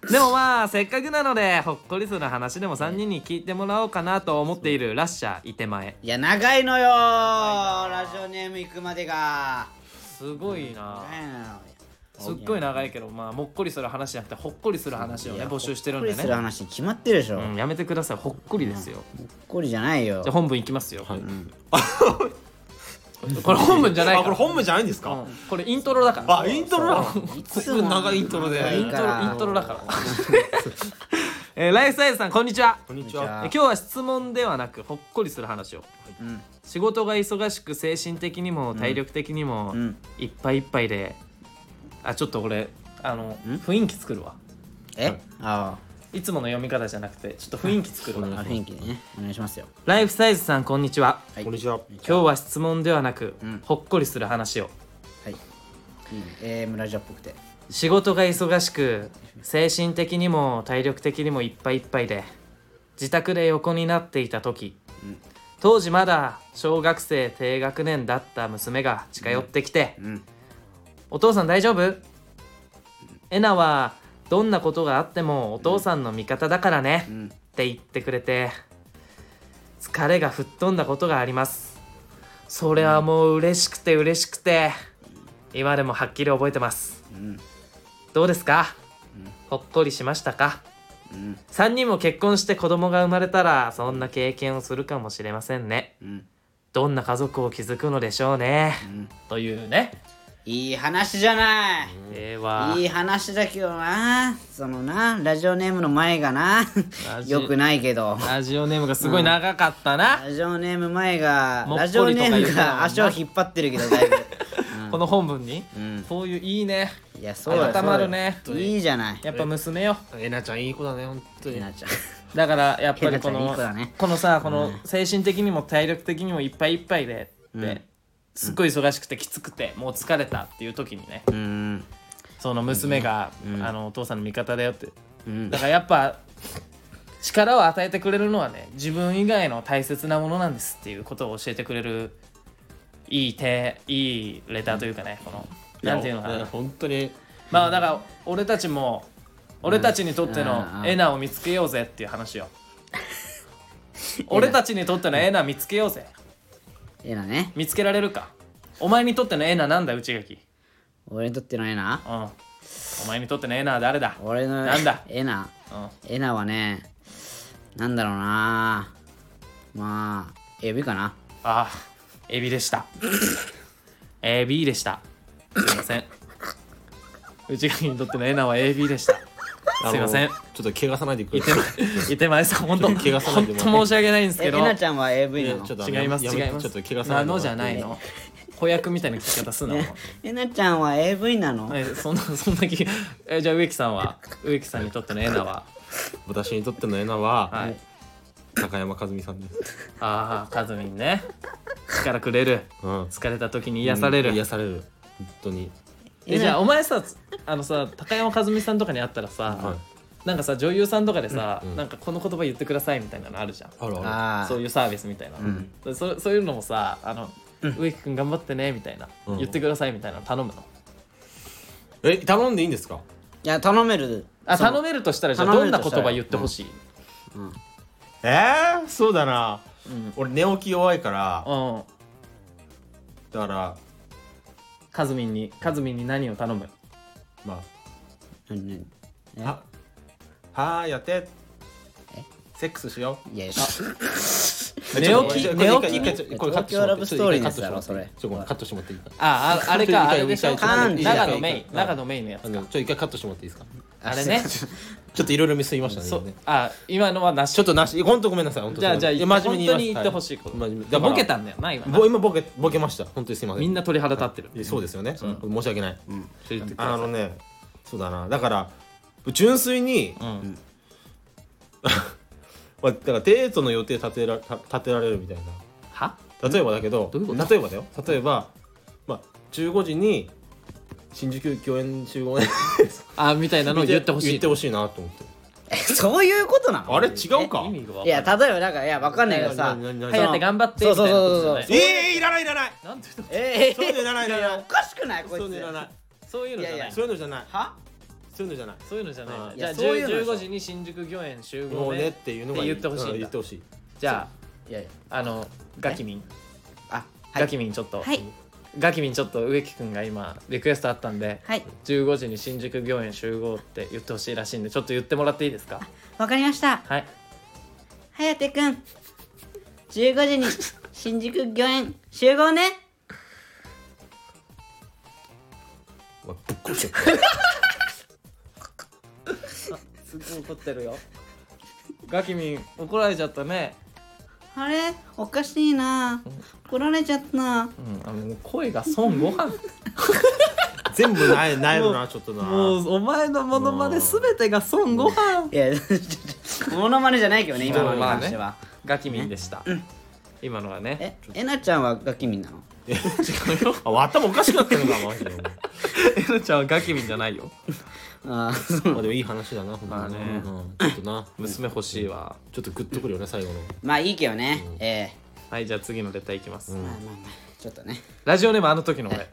Speaker 2: でもまあせっかくなのでほっこりする話でも3人に聞いてもらおうかなと思っているラッシャーいてまえ
Speaker 1: いや長いのよーラジオネーム行くまでが
Speaker 2: すごいな
Speaker 1: 長いのよ
Speaker 2: すっごい長いけどまあもっこりする話じゃなくてほっこりする話
Speaker 1: い
Speaker 2: をね
Speaker 1: や
Speaker 2: 募集してるん
Speaker 1: ほっ
Speaker 2: で
Speaker 1: こりする
Speaker 2: ね、
Speaker 1: 話に決まってるでしょ、
Speaker 2: う
Speaker 1: ほ
Speaker 2: ん、やめてくださいほっこりですよ
Speaker 1: っこりじゃないよ
Speaker 2: じゃあ本文いきますよ、
Speaker 3: はい
Speaker 2: これ本文じゃない
Speaker 4: あ
Speaker 2: か
Speaker 4: これ
Speaker 2: ら
Speaker 4: 本部じゃないんですか
Speaker 2: うんこれイントロだから
Speaker 4: あイントロだ
Speaker 1: いつ
Speaker 3: これ長いイントロで
Speaker 1: 長い
Speaker 2: イント
Speaker 1: か
Speaker 2: ロ
Speaker 1: ら
Speaker 2: イントロだから [laughs] えーライフサイズさんこんにちは
Speaker 4: こんに
Speaker 1: ちは
Speaker 2: え今日は質問ではなくほっこりする話を
Speaker 1: うん
Speaker 2: 仕事が忙しく精神的にも体力的にも
Speaker 1: うん
Speaker 2: いっぱいいっぱいであちょっと俺あの
Speaker 1: ん
Speaker 2: 雰囲気作るわ
Speaker 1: え、あ
Speaker 2: いつもの読み方じゃなくてちょっと雰囲気作る
Speaker 1: あ
Speaker 2: わ
Speaker 1: 雰囲気でねお願いしますよ
Speaker 2: ライフサイズさんこんにちは
Speaker 1: はい
Speaker 3: こんにちは
Speaker 2: 今日は質問ではなく、
Speaker 1: うん
Speaker 2: ほっこりする話を
Speaker 1: はいいいね AM ラジオっぽくて
Speaker 2: 仕事が忙しく精神的にも体力的にもいっぱいいっぱいで自宅で横になっていた時、
Speaker 1: ん
Speaker 2: 当時まだ小学生低学年だった娘が近寄ってきて「
Speaker 1: うん
Speaker 2: お父さん大丈夫えなはどんなことがあってもお父さんの味方だからね」
Speaker 1: うん
Speaker 2: って言ってくれて疲れが吹っ飛んだことがありますそれはもう嬉しくて嬉しくて今でもはっきり覚えてます
Speaker 1: うん
Speaker 2: どうですかほっこりしましたか
Speaker 1: うん
Speaker 2: 3人も結婚して子供が生まれたらそんな経験をするかもしれませんね
Speaker 1: うん
Speaker 2: どんな家族を築くのでしょうね
Speaker 1: ん
Speaker 2: というね
Speaker 1: いい話じゃない、
Speaker 2: ではい
Speaker 1: い話だけどなそのなラジオネームの前がな
Speaker 2: ラジ
Speaker 1: よくないけど
Speaker 2: ラジオネームがすごい長かったな
Speaker 1: ラジオネーム前が
Speaker 2: もっこ
Speaker 1: ラ
Speaker 2: り
Speaker 1: ジオネー
Speaker 2: とか言う
Speaker 1: ム
Speaker 2: のは
Speaker 1: が [laughs]
Speaker 2: な
Speaker 1: 足を引っ張ってるけどだいぶ
Speaker 2: この本文に
Speaker 1: うん
Speaker 2: こういういいね
Speaker 1: いやそうだよ
Speaker 2: 温まるね
Speaker 1: そうだよいいじゃない
Speaker 2: やっぱ娘よ
Speaker 3: えなちゃんいい子だね本当
Speaker 1: ひ
Speaker 3: に
Speaker 1: なちゃん
Speaker 2: だからやっぱりこ
Speaker 1: ひ
Speaker 2: の
Speaker 1: なちゃんいい子だね
Speaker 2: このさこの精神的にも体力的にもいっぱいいっぱいでってすっごい忙しくてきつくてもう疲れたっていう時にね
Speaker 1: うん
Speaker 2: その娘が、あのお父さんの味方だよって、
Speaker 1: うん
Speaker 2: だからやっぱ力を与えてくれるのはね自分以外の大切なものなんですっていうことを教えてくれるいい手いいレターというかねこのなんていうのか
Speaker 3: や
Speaker 2: な
Speaker 3: 本当に
Speaker 2: まあだから俺たちも俺たちにとって
Speaker 1: うん
Speaker 2: の
Speaker 1: うん
Speaker 2: エナを見つけようぜっていう話
Speaker 3: [laughs]
Speaker 2: よ俺たちにとってのエナ見つけようぜ
Speaker 1: ええなね
Speaker 2: 見つけられるかお前にとってのエナなんだ内垣
Speaker 1: 俺にとってのええな
Speaker 2: うんお前にとってのエナは誰だ
Speaker 1: 俺の
Speaker 2: なんだ
Speaker 1: ええな
Speaker 2: うん
Speaker 1: えなはねなんだろうなまあエビかな
Speaker 2: ああエビで
Speaker 3: [laughs]
Speaker 2: したエビでしたすいません内垣にとってのエナはエビでした
Speaker 3: あ
Speaker 2: [laughs]
Speaker 3: の
Speaker 2: すいません
Speaker 3: ちょっと怪我さないでくれ
Speaker 2: いてまいてまえさん本当
Speaker 3: 怪我さないでもらって
Speaker 2: 本当申し訳ないんです
Speaker 1: ええ
Speaker 2: けど
Speaker 1: なちゃんは AV
Speaker 3: い
Speaker 1: な
Speaker 3: や
Speaker 1: の
Speaker 3: ちょっとあの
Speaker 2: 違います
Speaker 3: やめて
Speaker 2: 違います
Speaker 3: ちょっと怪我さ
Speaker 2: な
Speaker 3: な
Speaker 2: い
Speaker 3: でもら
Speaker 2: の
Speaker 3: って
Speaker 2: じゃないの子役みたいな聞き方すなの、
Speaker 1: えなちゃんは AV なの
Speaker 2: えそんな [laughs] そんな気えじゃあ植木さんは植木さんにとってのエナは
Speaker 3: [laughs] 私にとってのエナは
Speaker 2: はい
Speaker 3: 高山和美さんです
Speaker 2: ああカズミンね力くれる
Speaker 3: うん
Speaker 2: 疲れた時に癒される、
Speaker 3: 癒される本当に
Speaker 2: えじゃあお前さあのさ高山和美さんとかに会ったらさ、
Speaker 3: はい
Speaker 2: なんかさ女優さんとかでさ、
Speaker 3: うん
Speaker 2: なんかこの言葉言ってくださいみたいなのあるじゃん
Speaker 3: あるあ
Speaker 1: ああ
Speaker 2: そういうサービスみたいな、そそういうのもさあの、植木君頑張ってねみたいな、
Speaker 3: うん
Speaker 2: 言ってくださいみたいなの頼むの
Speaker 3: るえ頼んでいいんですか
Speaker 1: いや頼める
Speaker 2: あ
Speaker 1: その
Speaker 2: 頼めるとしたらじゃあ
Speaker 1: 頼
Speaker 2: ど
Speaker 1: める
Speaker 2: んな
Speaker 1: とし
Speaker 2: 言
Speaker 1: たら
Speaker 2: 葉言ってほしい、
Speaker 4: えー、そうだな、俺寝起き弱いから
Speaker 2: うん、
Speaker 4: だから
Speaker 2: カズミンにカズミンに何を頼む
Speaker 4: ま
Speaker 1: うんうん
Speaker 4: あははーやってセックスしよ
Speaker 1: いやいや
Speaker 2: 寝
Speaker 3: ちょっと
Speaker 2: 起き
Speaker 3: こ
Speaker 2: 寝
Speaker 3: れ
Speaker 2: 起き
Speaker 3: 一回一回これカット
Speaker 1: 東
Speaker 3: して
Speaker 1: 京ラブストーリーのやつだろそれ
Speaker 3: ちょっとカットしてもらっていいか
Speaker 2: あああれかあれでしょ
Speaker 3: 一回
Speaker 1: 一回
Speaker 2: 長野メイン
Speaker 3: 一回
Speaker 2: 長野メインのや
Speaker 3: あ
Speaker 2: つ
Speaker 3: のちょっと一回カットしてもらっていいですか
Speaker 2: あれね
Speaker 3: ちょっといろいろミスりましたね
Speaker 2: そ
Speaker 3: 今ね
Speaker 2: あ今のはなし
Speaker 3: ちょっとなし本当ごめんなさい本当
Speaker 2: じゃあじゃあ
Speaker 3: いや
Speaker 2: 本
Speaker 3: 真
Speaker 2: 当
Speaker 3: 面目
Speaker 2: に
Speaker 3: に
Speaker 2: 言
Speaker 3: い
Speaker 2: ってほしいこと、
Speaker 3: 真面目
Speaker 2: ボケた
Speaker 3: だ
Speaker 2: んだよな今
Speaker 3: から
Speaker 2: な
Speaker 3: ぼ今ボケボケました本当にすいません
Speaker 2: みんな鳥肌立ってる
Speaker 3: いやそうですよね、申し訳ない、
Speaker 2: 教えてく
Speaker 4: う
Speaker 2: ださい
Speaker 4: あのねそうだなだから純粋に、
Speaker 2: ん
Speaker 4: まあ、だからデートの予定立てらた立てられるみたいな
Speaker 2: は
Speaker 4: 例えばだけど
Speaker 2: どういうこ
Speaker 4: 例えばだよ例えば、まあ、15時に新宿御苑集合ね
Speaker 2: [laughs] あみたいなのを言ってほしい
Speaker 3: [laughs] 言ってほしいなと思って
Speaker 1: そういうことなの
Speaker 4: あれ違うか
Speaker 2: 意味がわかんない
Speaker 1: いや例えばなんかいやわかんないけどさ
Speaker 3: 何何何
Speaker 1: その
Speaker 2: 早く頑張って
Speaker 1: そ
Speaker 2: み
Speaker 1: うそ
Speaker 2: た
Speaker 1: う
Speaker 2: いなこ
Speaker 1: そ
Speaker 2: と
Speaker 1: う
Speaker 2: じ
Speaker 1: そう
Speaker 2: ゃない
Speaker 4: ええいらないいらない
Speaker 2: なんて言う
Speaker 1: えー
Speaker 3: そういうのいらないいらない
Speaker 1: やおかしくないこい
Speaker 3: そういうの
Speaker 1: つ
Speaker 3: じゃない
Speaker 2: のそういうのじゃない
Speaker 1: や
Speaker 3: そういうのじゃない
Speaker 1: は
Speaker 3: そういうのじゃない
Speaker 2: そういうのじゃな
Speaker 3: あ
Speaker 1: ー
Speaker 2: いじゃ
Speaker 1: い
Speaker 2: あ
Speaker 1: やそういうのでしょ
Speaker 2: 10 15時に新宿御苑集
Speaker 3: も
Speaker 2: 合
Speaker 3: うね
Speaker 2: ね
Speaker 3: っていうのが
Speaker 2: って言ってほしいんだ
Speaker 3: うん言ってほしい
Speaker 2: じゃ
Speaker 1: いやいや
Speaker 2: ああのガキミン
Speaker 1: あは
Speaker 2: ガ
Speaker 1: い
Speaker 2: キミンちょっと
Speaker 1: はい
Speaker 2: ガキミンちょっと植木くんが今リクエストあったんで
Speaker 5: はい、
Speaker 2: 15時に新宿御苑集合って言ってほしいらしいんでちょっと言ってもらっていいですか
Speaker 5: わかりました。
Speaker 2: はい
Speaker 5: はやてくん、15時に新宿御苑集合ね。
Speaker 3: お前ぶっ殺しちゃった
Speaker 2: すごい怒ってるよガキミン怒られちゃったね
Speaker 5: あれおかしいな。怒られちゃったな。
Speaker 2: うんあの声が孫悟飯 [laughs]
Speaker 3: 全部ないないのなちょっとな
Speaker 2: もうお前のモノマネすべてが孫悟飯
Speaker 1: いや [laughs] ちょっとモノマネじゃないけどね今のに関しては
Speaker 2: ガキミンでした、今のはね
Speaker 1: ええなちゃんはガキミンなの
Speaker 3: あ頭おかしくなってるのかマジでお前
Speaker 2: え [laughs] のちゃんはガキミンじゃないよ
Speaker 1: ああそう
Speaker 3: まあでもいい話だな本当に
Speaker 2: まあね
Speaker 3: うんちょっとな
Speaker 2: 娘欲しいわ
Speaker 3: ちょっとグッとくるよね最後の
Speaker 1: [laughs] まあいいけどねえ
Speaker 2: はいじゃあ次のレターいきます、
Speaker 1: えまあまあまあちょっとね
Speaker 2: ラジオネームあの時の俺、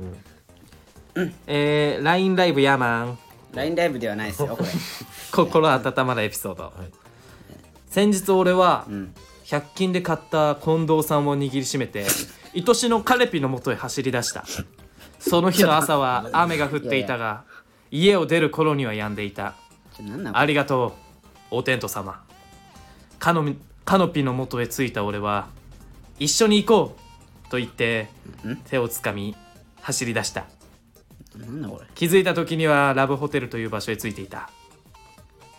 Speaker 2: えー、LINE ライブヤーマン
Speaker 1: LINE ライブではないですよこれ
Speaker 2: 心温まるエピソード、先日俺は、100均で買った近藤さんを握りしめて愛しのカレピのもとへ走り出したその日の朝は雨が降っていたが家を出る頃には止んでいた
Speaker 1: ちょなんなの
Speaker 2: ありがとうお天道様カノミカノピのもとへ着いた俺は一緒に行こうと言って手をつかみ走り出した
Speaker 1: なんだこれ
Speaker 2: 気づいた時にはラブホテルという場所へ着いていた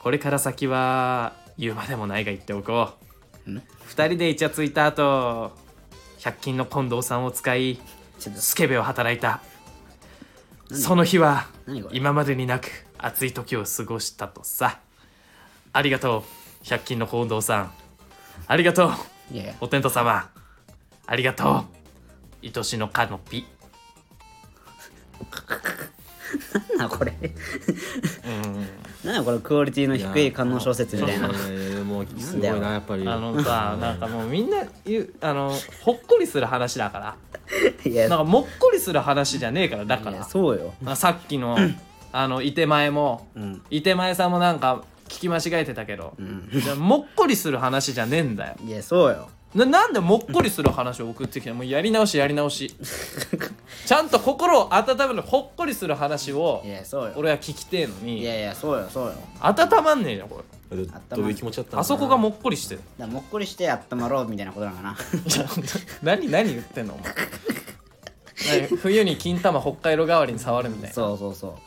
Speaker 2: これから先は言うまでもないが言っておこう2人でイチャついた後100均の近藤さんを使い
Speaker 1: ちょっと
Speaker 2: スケベを働いたその日は
Speaker 1: 何これ
Speaker 2: 今までになく暑い時を過ごしたとさありがとう100均の近藤さんありがとう
Speaker 1: いやいや
Speaker 2: お天道様ありがとう愛しのカノピ
Speaker 1: なんだこれなんだこれクオリティの低い観音小説みたいな
Speaker 3: えーもうすごいなやっぱり
Speaker 2: あのさなんかもうみんな言うあのほっこりする話だか
Speaker 1: い
Speaker 2: ら
Speaker 1: や
Speaker 2: なんかもっこりする話じゃねえからだか
Speaker 1: いや
Speaker 2: ら
Speaker 1: そうよ
Speaker 2: まあさっきのあのいて前も、
Speaker 1: ん
Speaker 2: いて前さんもなんか聞き間違えてたけど、じゃあもっこりする話じゃねえんだよ
Speaker 1: いやそうよ
Speaker 2: ななんでもっこりする話を送ってきたのもうやり直しやり
Speaker 1: [laughs]
Speaker 2: 直しちゃんと心を温めるほっこりする話を
Speaker 1: いやそうよ
Speaker 2: 俺は聞きてえの
Speaker 1: い
Speaker 2: に
Speaker 1: やいやそうよそうよ
Speaker 2: 温まんねえよこれ
Speaker 3: どういう気持ちだったのかな
Speaker 2: あそこがもっこりしてる
Speaker 1: だからもっこりしてあったまろうみたいなことなのかな
Speaker 2: [laughs] 何何言ってんのお前何冬に金玉北海道代わりに触るみたいな
Speaker 1: [laughs] そうそうそ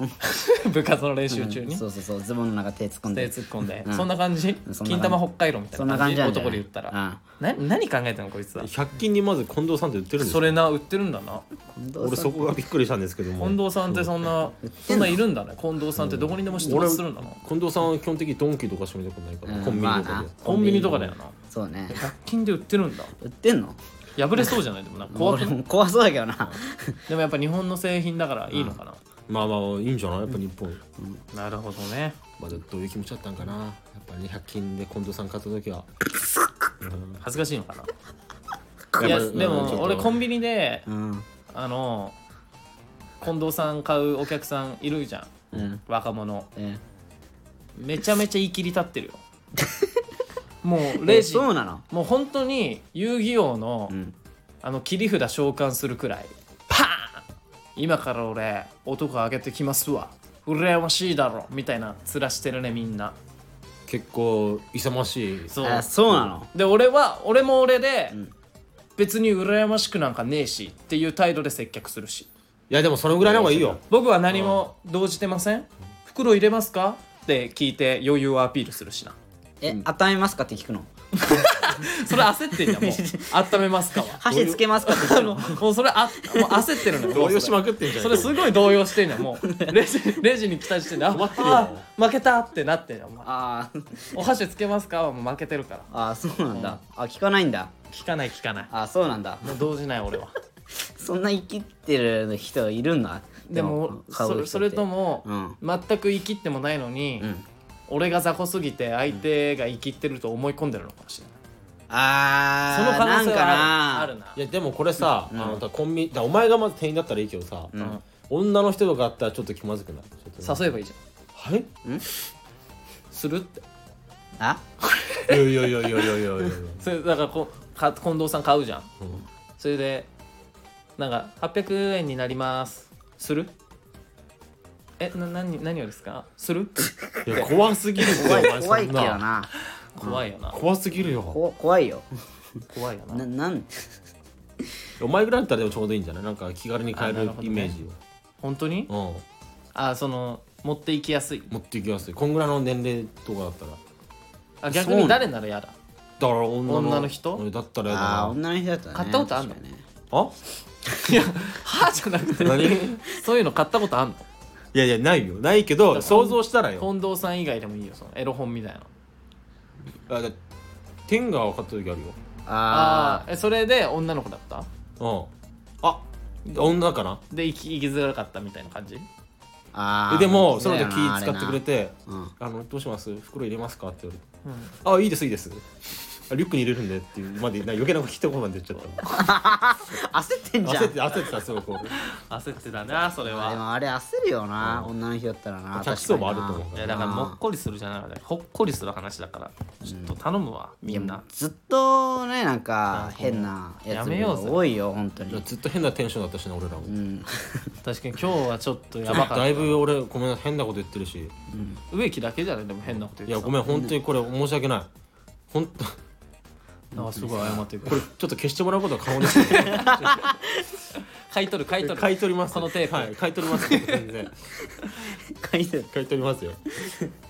Speaker 1: う
Speaker 2: 部活の練習中に
Speaker 1: そうそうそうズボンの中手突っ込ん
Speaker 2: 手
Speaker 1: で
Speaker 2: 突っ込んで、
Speaker 1: うん
Speaker 2: そんな感じ
Speaker 1: うんそんな感じ
Speaker 2: 金玉北海道みたい
Speaker 1: そんな
Speaker 2: な
Speaker 1: 感
Speaker 2: 感
Speaker 1: じ
Speaker 2: じ
Speaker 1: なんじゃな
Speaker 2: 男
Speaker 1: い
Speaker 2: で言ったら、な何考えてんのこいつは
Speaker 3: 100均にまず近藤さんって売ってるんです
Speaker 2: そ
Speaker 3: か
Speaker 2: れな売ってるんだな
Speaker 1: 俺
Speaker 3: 俺そこがびっくりしたんですけども
Speaker 2: 近藤さんってそんなそんないるんだね近藤さんってどこにでも出没するんだな
Speaker 3: 近藤さんは基本的にドンキとかしか見たことないから、
Speaker 1: うん
Speaker 3: コンビニと
Speaker 1: まあ
Speaker 3: か
Speaker 1: な
Speaker 3: で、
Speaker 2: コンビニとかだよな
Speaker 1: そうね
Speaker 2: 100均で売ってるんだ
Speaker 1: 売ってんの
Speaker 2: 破れそうじゃないでもな怖く
Speaker 1: 俺
Speaker 2: ない
Speaker 1: も怖そうだけど
Speaker 2: [laughs]
Speaker 1: な
Speaker 2: でもやっぱ日本の製品だからいいのかな、
Speaker 3: まあまあいいんじゃないやっぱ日本、
Speaker 2: なるほどね
Speaker 3: まあ、どういう気持ちだったんかなやっぱね100均で近藤さん買った時は
Speaker 2: 恥ずかしいのかないや
Speaker 3: やっぱ
Speaker 2: で
Speaker 3: うんちょっ
Speaker 2: も
Speaker 3: と
Speaker 2: 俺コンビニで
Speaker 1: うん
Speaker 2: あの近藤さん買うお客さんいるじゃん
Speaker 1: うん
Speaker 2: 若者
Speaker 1: え
Speaker 2: めちゃめちゃ言い切り立って
Speaker 1: [laughs]
Speaker 2: るよもう
Speaker 1: え
Speaker 2: レジ
Speaker 1: そうなの
Speaker 2: もう本当に遊戯王の、
Speaker 1: ん
Speaker 2: あの切り札召喚するくらいパーン今から俺男上げてきますわ羨ましいだろみたいな面してるねみんな
Speaker 3: 結構勇ましい
Speaker 2: そう
Speaker 1: あそうなの
Speaker 2: で俺は俺も俺で、別に羨ましくなんかねえしっていう態度で接客するし
Speaker 3: いやでもそのぐらいの方がいいよ
Speaker 2: 僕は何も動じてません、袋入れますかって聞いて余裕をアピールするしな
Speaker 1: え温めますかって聞くの
Speaker 2: [laughs] それ焦ってんじゃんもう [laughs] 温めますかは
Speaker 1: 箸つけますかって
Speaker 2: [laughs]
Speaker 1: 聞
Speaker 2: あ
Speaker 1: くの
Speaker 2: のもうそれあもう焦ってるのよ
Speaker 3: 動揺しまくってんじゃん
Speaker 2: それすごい動揺してんのよも [laughs] うレジレジに来た時点であ
Speaker 3: ってるよ
Speaker 2: あ負けたってなってんのよお前
Speaker 1: あー
Speaker 2: お箸つけますかはもう負けてる [laughs] から
Speaker 1: あーそうなんだあ聞かないんだ
Speaker 2: 聞かない聞かない
Speaker 1: あーそうなんだ
Speaker 2: もう動じない俺 [laughs] は
Speaker 1: そんな生きってる人いるんだ
Speaker 2: でも
Speaker 1: 買人
Speaker 2: そう
Speaker 1: って
Speaker 2: れそれとも、
Speaker 1: うん
Speaker 2: 全く生きってもないのに、
Speaker 1: うん
Speaker 2: 俺が雑魚すぎて相手が生きってると思い込んでるのかもしれ
Speaker 1: あ
Speaker 2: ない、
Speaker 1: ー
Speaker 2: その可能性
Speaker 1: なん
Speaker 2: は
Speaker 1: か
Speaker 2: あ
Speaker 1: な
Speaker 2: るなあ
Speaker 3: いやでもこれさ、あのだからコンビニだからお前がまず店員だったらいいけどさ、
Speaker 2: ん
Speaker 3: 女の人とかあったらちょっと気まずくないちょっとね
Speaker 2: 誘えばいいじゃん
Speaker 3: はい
Speaker 2: するって
Speaker 1: あ
Speaker 3: いやいやいやいやいやいやいや
Speaker 2: それだからこか近藤さん買うじゃん、それでなんか800円になりますするえな何何をですかする
Speaker 3: いや怖すぎるってお
Speaker 1: 怖
Speaker 3: 前
Speaker 1: い
Speaker 3: そん
Speaker 1: 怖いけどな
Speaker 2: 怖いよな
Speaker 3: 怖すぎるよ
Speaker 1: こ怖いよ
Speaker 2: 怖いよな
Speaker 1: ななん
Speaker 3: お前ぐらいだったらでもちょうどいいんじゃないなんか気軽に買え
Speaker 2: あな
Speaker 3: る
Speaker 2: るほどね
Speaker 3: イメージ
Speaker 2: 本当に
Speaker 3: を、うん
Speaker 2: あその持っていきやすい
Speaker 3: 持っていきやすいこんぐらいの年齢とかだったらだか
Speaker 2: あ逆に誰ならやだ
Speaker 3: ら女の
Speaker 2: 女の人
Speaker 3: うんだったらやだな
Speaker 1: あー女の人だったらね
Speaker 2: 買ったことあんの
Speaker 1: 確かにね
Speaker 3: あ
Speaker 2: いや歯じゃなくて
Speaker 3: 何
Speaker 2: そういうの買ったことあんの
Speaker 3: いやいやないよないけど想像したらよ
Speaker 2: 近藤さん以外でもいいよそのエロ本みたいな
Speaker 3: あだ天が分かった時あるよ
Speaker 1: あ
Speaker 2: ああーえそれで女の子だった
Speaker 3: うんあ女かな
Speaker 2: で生き生きづらかったみたいな感じ
Speaker 1: ーあー
Speaker 3: でもその
Speaker 1: だよ
Speaker 3: 時気
Speaker 1: な
Speaker 3: 使ってくれて「
Speaker 1: あれな
Speaker 3: あのどうします袋入れますか?」って言われて「あいいですいいです」あリュックに入れるんでっていうまでな余計な一言まで言っちゃっ
Speaker 1: あれな焦ってんじ
Speaker 3: た
Speaker 1: ゃん
Speaker 3: 焦って焦ってたすごく
Speaker 2: 焦ってたなそれ
Speaker 1: あで
Speaker 2: は
Speaker 1: もあれ焦るよな、女の人だったらな
Speaker 3: 客層もあると思う
Speaker 2: い
Speaker 3: か
Speaker 2: や
Speaker 3: ら
Speaker 2: だからもっこりするじゃなくてほっこりする話だからちょっと頼むわみんな
Speaker 1: ずっとねなんか変なやつ
Speaker 2: やめようぜ
Speaker 1: 多いよ本当に
Speaker 3: ずっと変なテンションだったしな俺らも
Speaker 2: 確かに今日はちょっとやばか
Speaker 3: だ
Speaker 2: っ
Speaker 3: いぶ俺ごめんな変なこと言ってるした
Speaker 2: 植木だけじゃないでも変なこと
Speaker 3: い
Speaker 2: 言
Speaker 3: や
Speaker 2: ってた
Speaker 3: ごめん本当にこれ申し訳ない本当
Speaker 2: あすごい謝ってく
Speaker 3: こ
Speaker 2: る
Speaker 3: れちょっと消してもらうことは可能ですけど
Speaker 2: 買い取る買い取る
Speaker 3: 買い取ります
Speaker 2: このテープ
Speaker 3: はい買い取ります [laughs] 全然
Speaker 1: 回数
Speaker 3: 買い取りますよ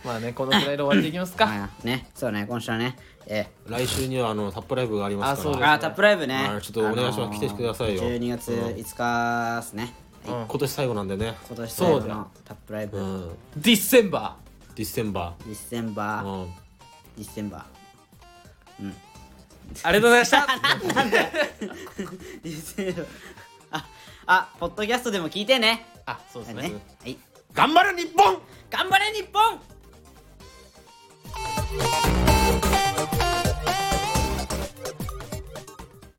Speaker 2: まあねこのくらいで終わっていきます
Speaker 1: [laughs]
Speaker 2: か
Speaker 1: まあねそうね今週はねえ
Speaker 3: 来週にはあのタップライブがありますか
Speaker 2: あ
Speaker 1: ー
Speaker 2: そうで
Speaker 3: ら
Speaker 2: すね
Speaker 1: あータップライブね
Speaker 3: はいちょっとお願いします来てくださいよ
Speaker 1: 12月5日ですね、はい
Speaker 3: 今年最後なんでね
Speaker 1: 今年最後
Speaker 2: そうだ
Speaker 1: のタップライブ、
Speaker 3: うん
Speaker 2: ディセンバ
Speaker 3: ディセンバ
Speaker 1: ディセンバー、
Speaker 3: ーうん
Speaker 1: ディセンバー
Speaker 2: ーありがとうございました
Speaker 1: ディセンバー [laughs] ああポッドキャストでも聞いてね
Speaker 2: あそうです
Speaker 1: ね
Speaker 2: ね
Speaker 1: はい
Speaker 3: 頑張る日本
Speaker 1: 頑張れ日本